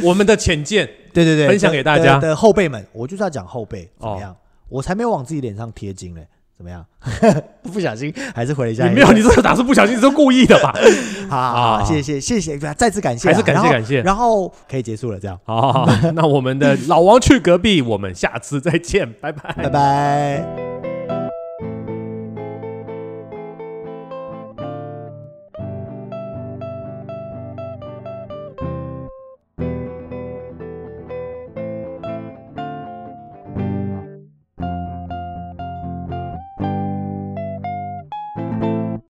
Speaker 2: 我们的浅见，
Speaker 1: 对对对，
Speaker 2: 分享给大家
Speaker 1: 的的的后辈们，我就是要讲后辈怎么
Speaker 2: 哦
Speaker 1: 样，我才没有往自己脸上贴金嘞，怎 么样？不小心还是回了一
Speaker 2: 你
Speaker 1: 下一个，
Speaker 2: 没有，你这个打是不小心，你是故意 的吧？
Speaker 1: 好好好，
Speaker 2: 啊
Speaker 1: 谢谢谢谢，再次感谢啊，
Speaker 2: 还是感谢
Speaker 1: 然后
Speaker 2: 感谢
Speaker 1: 然后可以结束了，这样，
Speaker 2: 好好好，那我们的老王去隔壁，我们下次再见，拜拜，
Speaker 1: 拜拜。